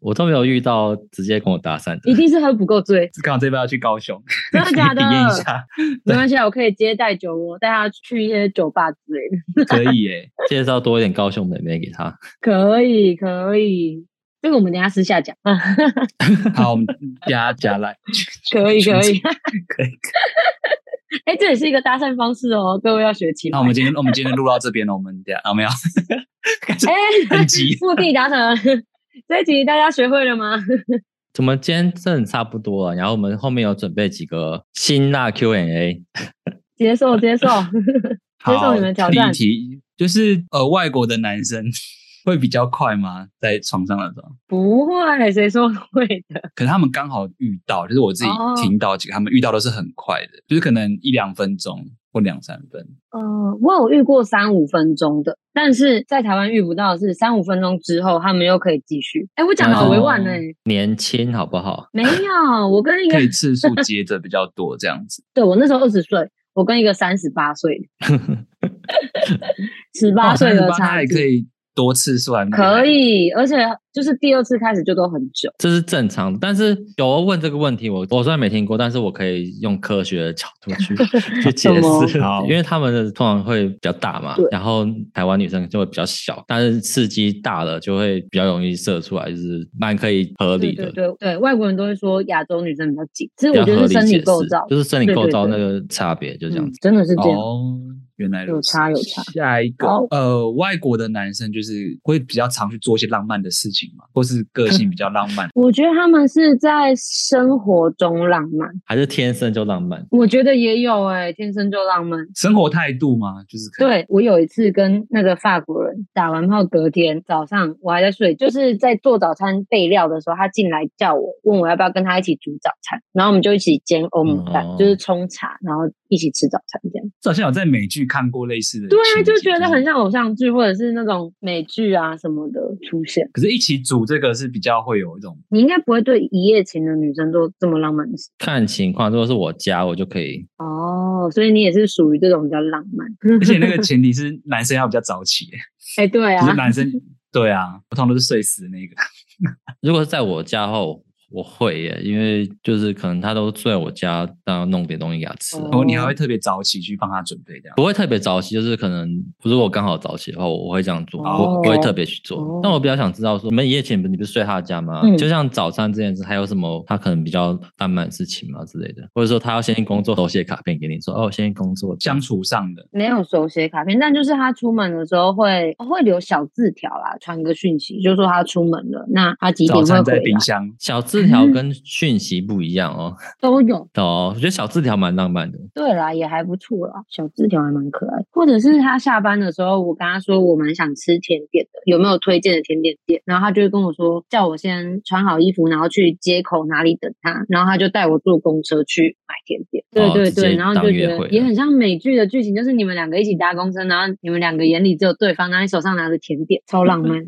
Speaker 2: 我都没有遇到直接跟我搭讪
Speaker 3: 一
Speaker 2: 的。
Speaker 3: 定是喝不够醉。
Speaker 1: 刚好这边要去高雄，
Speaker 3: 真的假的
Speaker 1: 体验一下，
Speaker 3: 没关系，啊，我可以直接带酒窝，带他去一些酒吧之类的。
Speaker 1: 可以耶、
Speaker 2: 介绍多一点高雄妹妹给他。
Speaker 3: 可以，可以，这个我们等一下私下讲。啊，
Speaker 1: 好，我 们加加来，
Speaker 3: 可以，可以，
Speaker 1: 可以。
Speaker 3: 哎、这也是一个搭讪方式哦，各位要学起来
Speaker 1: 那我。们今天我们今天录到这边了，我们等一下啊没有， 开始
Speaker 3: 哎，
Speaker 1: 很急
Speaker 3: 目的达成，这一集大家学会了吗？
Speaker 2: 怎么今天真的差不多了？然后我们后面有准备几个辛辣 Q&A，
Speaker 3: 接受，接受。接受
Speaker 1: 好
Speaker 3: 你们挑
Speaker 1: 第
Speaker 3: 战
Speaker 1: 一题就是呃，外国的男生会比较快吗？在床上的时候，
Speaker 3: 不会，谁说会的？
Speaker 1: 可能他们刚好遇到，就是我自己
Speaker 3: 哦
Speaker 1: 听到几个，他们遇到都是很快的，就是可能一两分钟或两三分。
Speaker 3: 嗯，我有遇过三五分钟的，但是在台湾遇不到的是三五分钟之后，他们又可以继续。哎、我讲的好委婉呢、欸
Speaker 2: 年轻好不好？
Speaker 3: 没有，我跟一个
Speaker 1: 哦可以次数接着比较多这样子，
Speaker 3: 对我那时候二十岁， 我跟一个三十八岁的，十
Speaker 1: 哇
Speaker 3: 八岁的
Speaker 1: 38
Speaker 2: 哦
Speaker 1: 他
Speaker 3: 差
Speaker 1: 还可
Speaker 3: 距。
Speaker 1: 以多次数还
Speaker 3: 可以，而且就是第二次开始就都很久。
Speaker 2: 这是正常的。但是有人问这个问题，我我虽然没听过，但是我可以用科学的角度 去去解释
Speaker 3: 什，
Speaker 1: 么
Speaker 2: 因为他们的通常会比较大嘛
Speaker 3: 对，
Speaker 2: 然后台湾女生就会比较小，但是刺激大了就会比较容易射出来，就是蛮可以合
Speaker 3: 对
Speaker 2: 理
Speaker 3: 对
Speaker 2: 的。
Speaker 3: 对对，外国人都会说亚洲女生比较紧，其实
Speaker 2: 比
Speaker 3: 我
Speaker 2: 较
Speaker 3: 觉
Speaker 2: 合
Speaker 3: 得是
Speaker 2: 理
Speaker 3: 生
Speaker 2: 解
Speaker 3: 理
Speaker 2: 释
Speaker 3: 构造，
Speaker 2: 就是生理
Speaker 3: 对
Speaker 2: 构
Speaker 3: 对
Speaker 2: 造那
Speaker 3: 对
Speaker 2: 个差别，就这样
Speaker 3: 嗯
Speaker 2: 子。
Speaker 3: 真的是这样。
Speaker 1: 哦，原来如
Speaker 3: 有
Speaker 1: 此
Speaker 3: 差有差
Speaker 1: 下一个
Speaker 3: 好，。
Speaker 1: 呃，外国的男生就是会比较常去做一些浪漫的事情嘛，或是个性比较浪漫
Speaker 3: 我觉得他们是在生活中浪漫，
Speaker 2: 还是天生就浪漫。
Speaker 3: 我觉得也有哎、天生就浪漫。
Speaker 1: 生活态度嘛，就是可能
Speaker 3: 对我有一次跟那个法国人打完炮，隔天早上我还在睡，就是在做早餐备料的时候，他进来叫我，问我要不要跟他一起煮早餐，然后我们就一起煎欧姆蛋，
Speaker 2: 哦
Speaker 3: 就是冲茶，然后一起吃早餐这样。
Speaker 1: 这好像有在美剧看过类似的情
Speaker 3: 对
Speaker 1: 节，
Speaker 3: 啊，就觉得
Speaker 1: 是
Speaker 3: 很像偶像剧或者是那种美剧啊什么的出现。
Speaker 1: 可是，一起组这个是比较会有一 种
Speaker 3: 你应该不会对一夜情的女生做这么浪漫的事
Speaker 2: 看情况，如果是我家，我就可以。
Speaker 3: 哦，所以你也是属于这种比较浪漫。
Speaker 1: 而且那个前提是男生要比较早起，
Speaker 3: 哎、 对
Speaker 1: 就是
Speaker 3: 啊，哦
Speaker 1: 男生对啊，我通常都是睡死的那个。
Speaker 2: 如果是在我家后，我会耶，因为就是可能他都睡在我家，然后弄点东西给他吃啊。
Speaker 3: 哦
Speaker 1: 哦，你还会特别早起去帮他准备这样。
Speaker 2: 不会特别早起，就是可能如果我刚好早起的话，我我会这样做，
Speaker 3: 哦
Speaker 2: 我不会特别去做。
Speaker 3: 哦
Speaker 2: 但我比较想知道说，你们一夜情你不是睡他的家吗？
Speaker 3: 嗯
Speaker 2: 就像早餐这件事，还有什么他可能比较浪漫的事情吗之类的，或者说他要先工作，手写卡片给你说，哦，我先工作这
Speaker 1: 相
Speaker 2: 样
Speaker 1: 处上的，
Speaker 3: 没有手写卡片，但就是他出门的时候会会留小字条啦，传个讯息，就说他出门了，那他几点
Speaker 1: 早
Speaker 3: 会
Speaker 1: 餐
Speaker 3: 回
Speaker 1: 在
Speaker 3: 来
Speaker 1: 冰，箱，
Speaker 2: 小字条跟讯息不一样哦，
Speaker 3: 都有。
Speaker 2: 哦，我觉得小字条蛮浪漫的。
Speaker 3: 对啦，也还不错啦，小字条还蛮可爱。或者是他下班的时候，我跟他说我蛮想吃甜点的，有没有推荐的甜点店？然后他就会跟我说，叫我先穿好衣服，然后去街口哪里等他，然后他就带我坐公车去买甜点。对
Speaker 2: 哦
Speaker 3: 对
Speaker 2: 直
Speaker 3: 对，
Speaker 2: 接
Speaker 3: 然后
Speaker 2: 当
Speaker 3: 就
Speaker 2: 约
Speaker 3: 觉
Speaker 2: 会
Speaker 3: 得也
Speaker 2: 了
Speaker 3: 很像美剧的剧情，就是你们两个一起搭公车，然后你们两个眼里只有对方，然后你手上拿着甜点，超浪漫，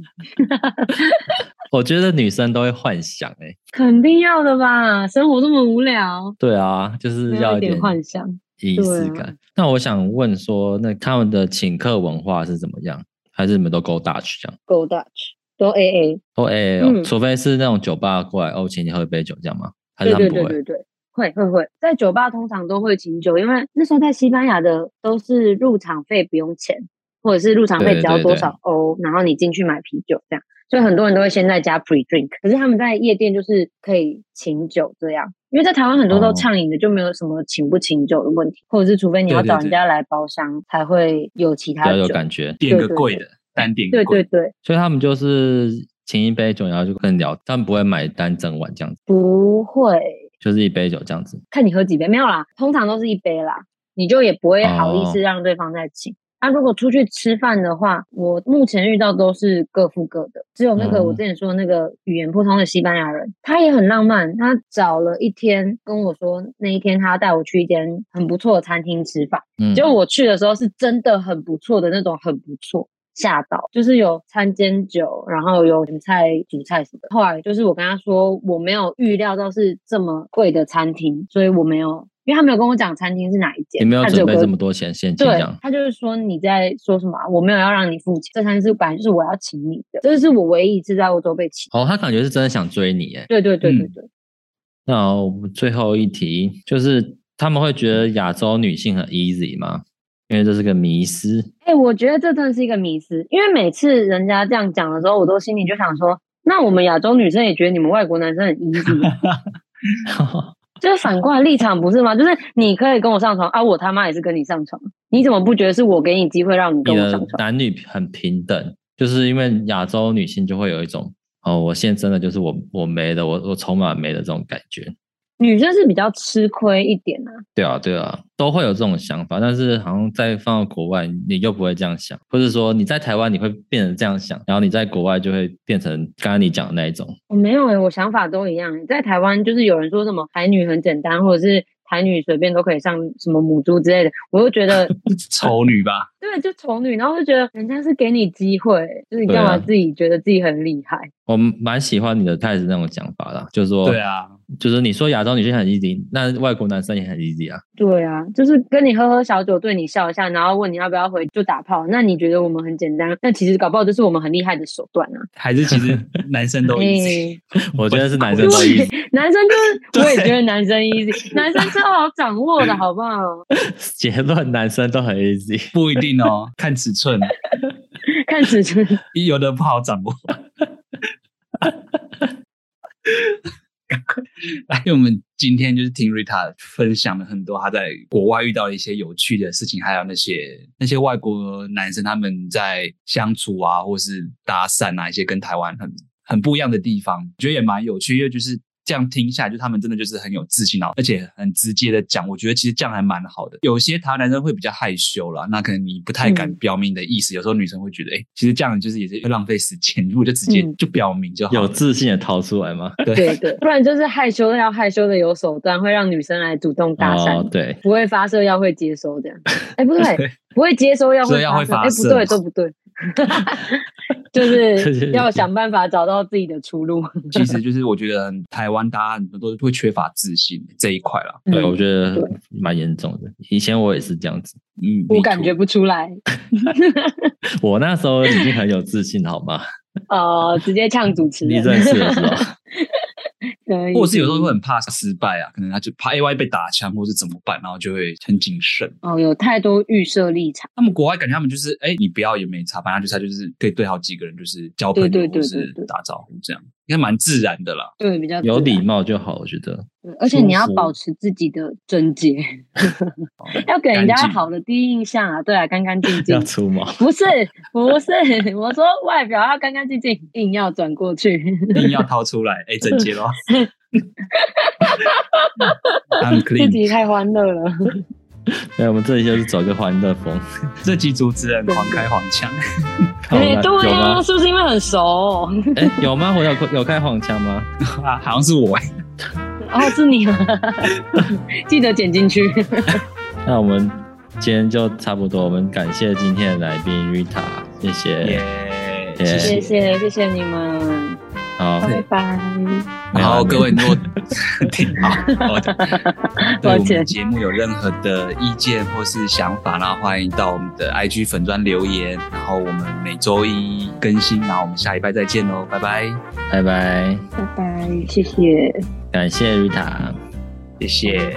Speaker 2: 我觉得女生都会幻想哎、
Speaker 3: 肯定要的吧？生活这么无聊，
Speaker 2: 对啊，就是
Speaker 3: 没
Speaker 2: 要
Speaker 3: 有
Speaker 2: 一
Speaker 3: 一
Speaker 2: 点
Speaker 3: 点幻想。
Speaker 2: 仪式感。
Speaker 3: 对啊
Speaker 2: 那我想问说，那他们的请客文化是怎么样？还是你们都勾搭去这样？
Speaker 3: Go Dutch，都 A A。
Speaker 2: 都 A A，、
Speaker 3: 嗯
Speaker 2: 哦哎除非是那种酒吧过来哦，请你喝一杯酒这样吗？还是
Speaker 3: 对
Speaker 2: 他们
Speaker 3: 对
Speaker 2: 不
Speaker 3: 对
Speaker 2: 会？
Speaker 3: 对对，会会会，在酒吧通常都会请酒，因为那时候在西班牙的都是入场费不用钱，或者是入场
Speaker 2: 对
Speaker 3: 费只要
Speaker 2: 对
Speaker 3: 多
Speaker 2: 对
Speaker 3: 少欧，然后你进去买啤酒这样，所以很多人都会先在家 pre drink，可是他们在夜店就是可以请酒这样。因为在台湾很多
Speaker 2: 哦
Speaker 3: 都畅饮的，就没有什么请不请酒的问题，或者是除非你
Speaker 1: 对
Speaker 3: 要
Speaker 1: 对
Speaker 3: 找
Speaker 1: 对
Speaker 3: 人家来包厢才会有其
Speaker 2: 比
Speaker 3: 他
Speaker 2: 较有
Speaker 3: 酒。
Speaker 2: 感觉，
Speaker 1: 点个
Speaker 3: 对对
Speaker 1: 贵的，单点个
Speaker 3: 对
Speaker 1: 贵
Speaker 3: 对
Speaker 1: 的，
Speaker 3: 对，
Speaker 2: 所以他们就是请一杯酒，然后就跟你聊，他们不会买单整碗这样子，
Speaker 3: 不会，
Speaker 2: 就是一杯酒这样子。
Speaker 3: 看你喝几杯，没有啦，通常都是一杯啦，你就也不会好意思让对方再请。那、如果出去吃饭的话，我目前遇到都是各付各的，只有那个
Speaker 2: 嗯
Speaker 3: 我之前说的那个语言不通的西班牙人，他也很浪漫，他找了一天跟我说，那一天他要带我去一间很不错的餐厅吃饭，
Speaker 2: 嗯，
Speaker 3: 结果我去的时候是真的很不错的那种，很不错，吓到，就是有餐煎酒，然后有芹菜煮菜什么的。后来就是我跟他说，我没有预料到是这么贵的餐厅，所以我没有，因为他没有跟我讲餐厅是哪一间，
Speaker 2: 你没有
Speaker 3: 他只
Speaker 2: 准备
Speaker 3: 跟
Speaker 2: 这么多钱现金这
Speaker 3: 对
Speaker 2: 样，，
Speaker 3: 他就是说你在说什么啊、我没有要让你付钱，这餐是本来就是我要请你的，这是我唯一一次在欧洲被请。
Speaker 2: 哦，他感觉是真的想追你耶。
Speaker 3: 对对对对
Speaker 1: 嗯
Speaker 3: 对，
Speaker 2: 那我们最后一题就是，他们会觉得亚洲女性很 easy 吗？因为这是个迷思。
Speaker 3: 哎、我觉得这真的是一个迷思，因为每次人家这样讲的时候，我都心里就想说，那我们亚洲女生也觉得你们外国男生很 easy，就是反过来立场不是吗？就是你可以跟我上床啊，我他妈也是跟你上床，你怎么不觉得是我给你机会让你跟
Speaker 2: 你
Speaker 3: 我
Speaker 2: 的
Speaker 3: 上床？
Speaker 2: 男女很平等，就是因为亚洲女性就会有一种哦，我现在真的就是我我没了，我我筹码没了这种感觉。
Speaker 3: 女生是比较吃亏一点啊，
Speaker 2: 对啊，对啊，都会有这种想法，但是好像在放到国外，你就不会这样想，或者说你在台湾你会变成这样想，然后你在国外就会变成刚刚你讲的那一种。
Speaker 3: 我没有诶、欸我想法都一样、欸在台湾就是有人说什么台女很简单，或者是台女随便都可以上什么母猪之类的，我就觉得
Speaker 1: 丑女吧？
Speaker 3: 对，就丑女，然后就觉得人家是给你机会，就是你干
Speaker 2: 对啊
Speaker 3: 嘛自己觉得自己很厉害？
Speaker 2: 我蛮喜欢你的太子那种讲法啦，就是说，
Speaker 1: 对，啊，
Speaker 2: 就是你说亚洲女性很 easy，那外国男生也很 easy 啊。
Speaker 3: 对啊，就是跟你喝喝小酒，对你笑一下，然后问你要不要回就打炮。那你觉得我们很简单？那其实搞不好就是我们很厉害的手段啊。
Speaker 1: 还是其实男生都 easy。
Speaker 3: 哎
Speaker 2: 我觉得是男生都 easy，
Speaker 3: 对，男生就是，我也
Speaker 1: 对
Speaker 3: 觉得男生 easy，男生超好掌握的，好不好？
Speaker 2: 结论男生都很 easy。
Speaker 1: 不一定哦， 看尺寸，
Speaker 3: 看尺寸，
Speaker 1: 有的不好掌 握。来，我们今天就是听 Rita 分享了很多她在国外遇到的一些有趣的事情，还有那些那些外国男生他们在相处啊，或是搭讪啊，一些跟台湾很很不一样的地方，觉得也蛮有趣，因为就是。这样听下来，就他们真的就是很有自信，然后而且很直接的讲，我觉得其实这样还蛮好的。有些台湾男生会比较害羞啦，那可能你不太敢
Speaker 3: 嗯
Speaker 1: 表明你的意思，有时候女生会觉得，哎、其实这样就是也是会浪费时间，如果就直接
Speaker 3: 嗯
Speaker 1: 就表明就好了。
Speaker 2: 有自信的逃出来吗？
Speaker 3: 对对，不然就是害羞的要害羞的有手段，会让女生来主动搭讪。
Speaker 2: 哦，对，
Speaker 3: 不会发射要会接收这样，哎、不对，不会接收要
Speaker 1: 所以
Speaker 3: 会
Speaker 1: 要会发
Speaker 3: 发射，
Speaker 1: 射
Speaker 3: 哎、不对，都不对，就是要
Speaker 2: 就是
Speaker 3: 想办法找到自己的出路。
Speaker 1: 其实就是我觉得台湾大家很多都会缺乏自信这一块啦。
Speaker 2: 对，
Speaker 3: 嗯
Speaker 2: 我觉得
Speaker 3: 对
Speaker 2: 蛮严重的。以前我也是这样子，
Speaker 1: 嗯，
Speaker 3: 我
Speaker 1: me
Speaker 3: 感
Speaker 1: too
Speaker 3: 觉不出来，
Speaker 2: 我那时候已经很有自信，好吗？
Speaker 3: 呃，直接呛主持
Speaker 2: 你
Speaker 3: 人，
Speaker 2: 认识的时候，
Speaker 3: 可以
Speaker 1: 或者是有时候会很怕失败啊，可能他就怕 A Y 被打枪，或是怎么办，然后就会很谨慎。
Speaker 3: 哦，有太多预设立场，
Speaker 1: 他们国外感觉他们就是，哎、你不要也没差，反正就是他就是可以对好几个人就是交朋友，
Speaker 3: 对对对
Speaker 1: 或是
Speaker 3: 对对
Speaker 1: 打招呼这样，应该蛮自然的啦。
Speaker 3: 对，比较自
Speaker 2: 有
Speaker 3: 然
Speaker 2: 礼貌就好，我觉得。
Speaker 3: 对而且
Speaker 1: 舒
Speaker 3: 你要
Speaker 1: 服
Speaker 3: 保持自己的贞洁，要给人家
Speaker 1: 干净
Speaker 3: 好的第一印象啊，对啊，干干净净
Speaker 2: 要。出毛，
Speaker 3: 不是不是， 我说外表要干干净净，硬要转过去。
Speaker 1: 硬要掏出来，哎、整 洁咯。I'm
Speaker 3: 自
Speaker 1: clean。
Speaker 3: 己太欢乐了。
Speaker 2: 那我们这里就是走个欢乐风。
Speaker 1: 这集主持人狂开黄腔，
Speaker 2: 看我们
Speaker 3: 哎对啊
Speaker 2: 有
Speaker 3: 呀、
Speaker 2: 吗？
Speaker 3: 是不是因为很 熟、哦
Speaker 2: 哎、有吗？我有有开黄腔吗？
Speaker 1: 啊好像是我、哎
Speaker 3: 哦，是你 啊，记得剪进去。
Speaker 2: 那我们今天就差不多，我们感谢今天的来宾 Rita，谢谢。
Speaker 1: 耶、
Speaker 2: Yeah
Speaker 1: 谢
Speaker 3: 谢
Speaker 1: 谢。
Speaker 3: 谢谢谢你们，
Speaker 2: 哎好，
Speaker 3: 拜拜。
Speaker 1: 然后各位如果听 好，我对我
Speaker 3: 抱歉
Speaker 1: 们节目有任何的意见或是想法，然后欢迎到我们的 IG 粉专留言，然后我们每周一更新，然后我们下礼拜再见喽，拜拜，
Speaker 2: 拜拜，
Speaker 3: 拜拜，谢谢。
Speaker 2: 感谢 Rita。
Speaker 1: 谢谢。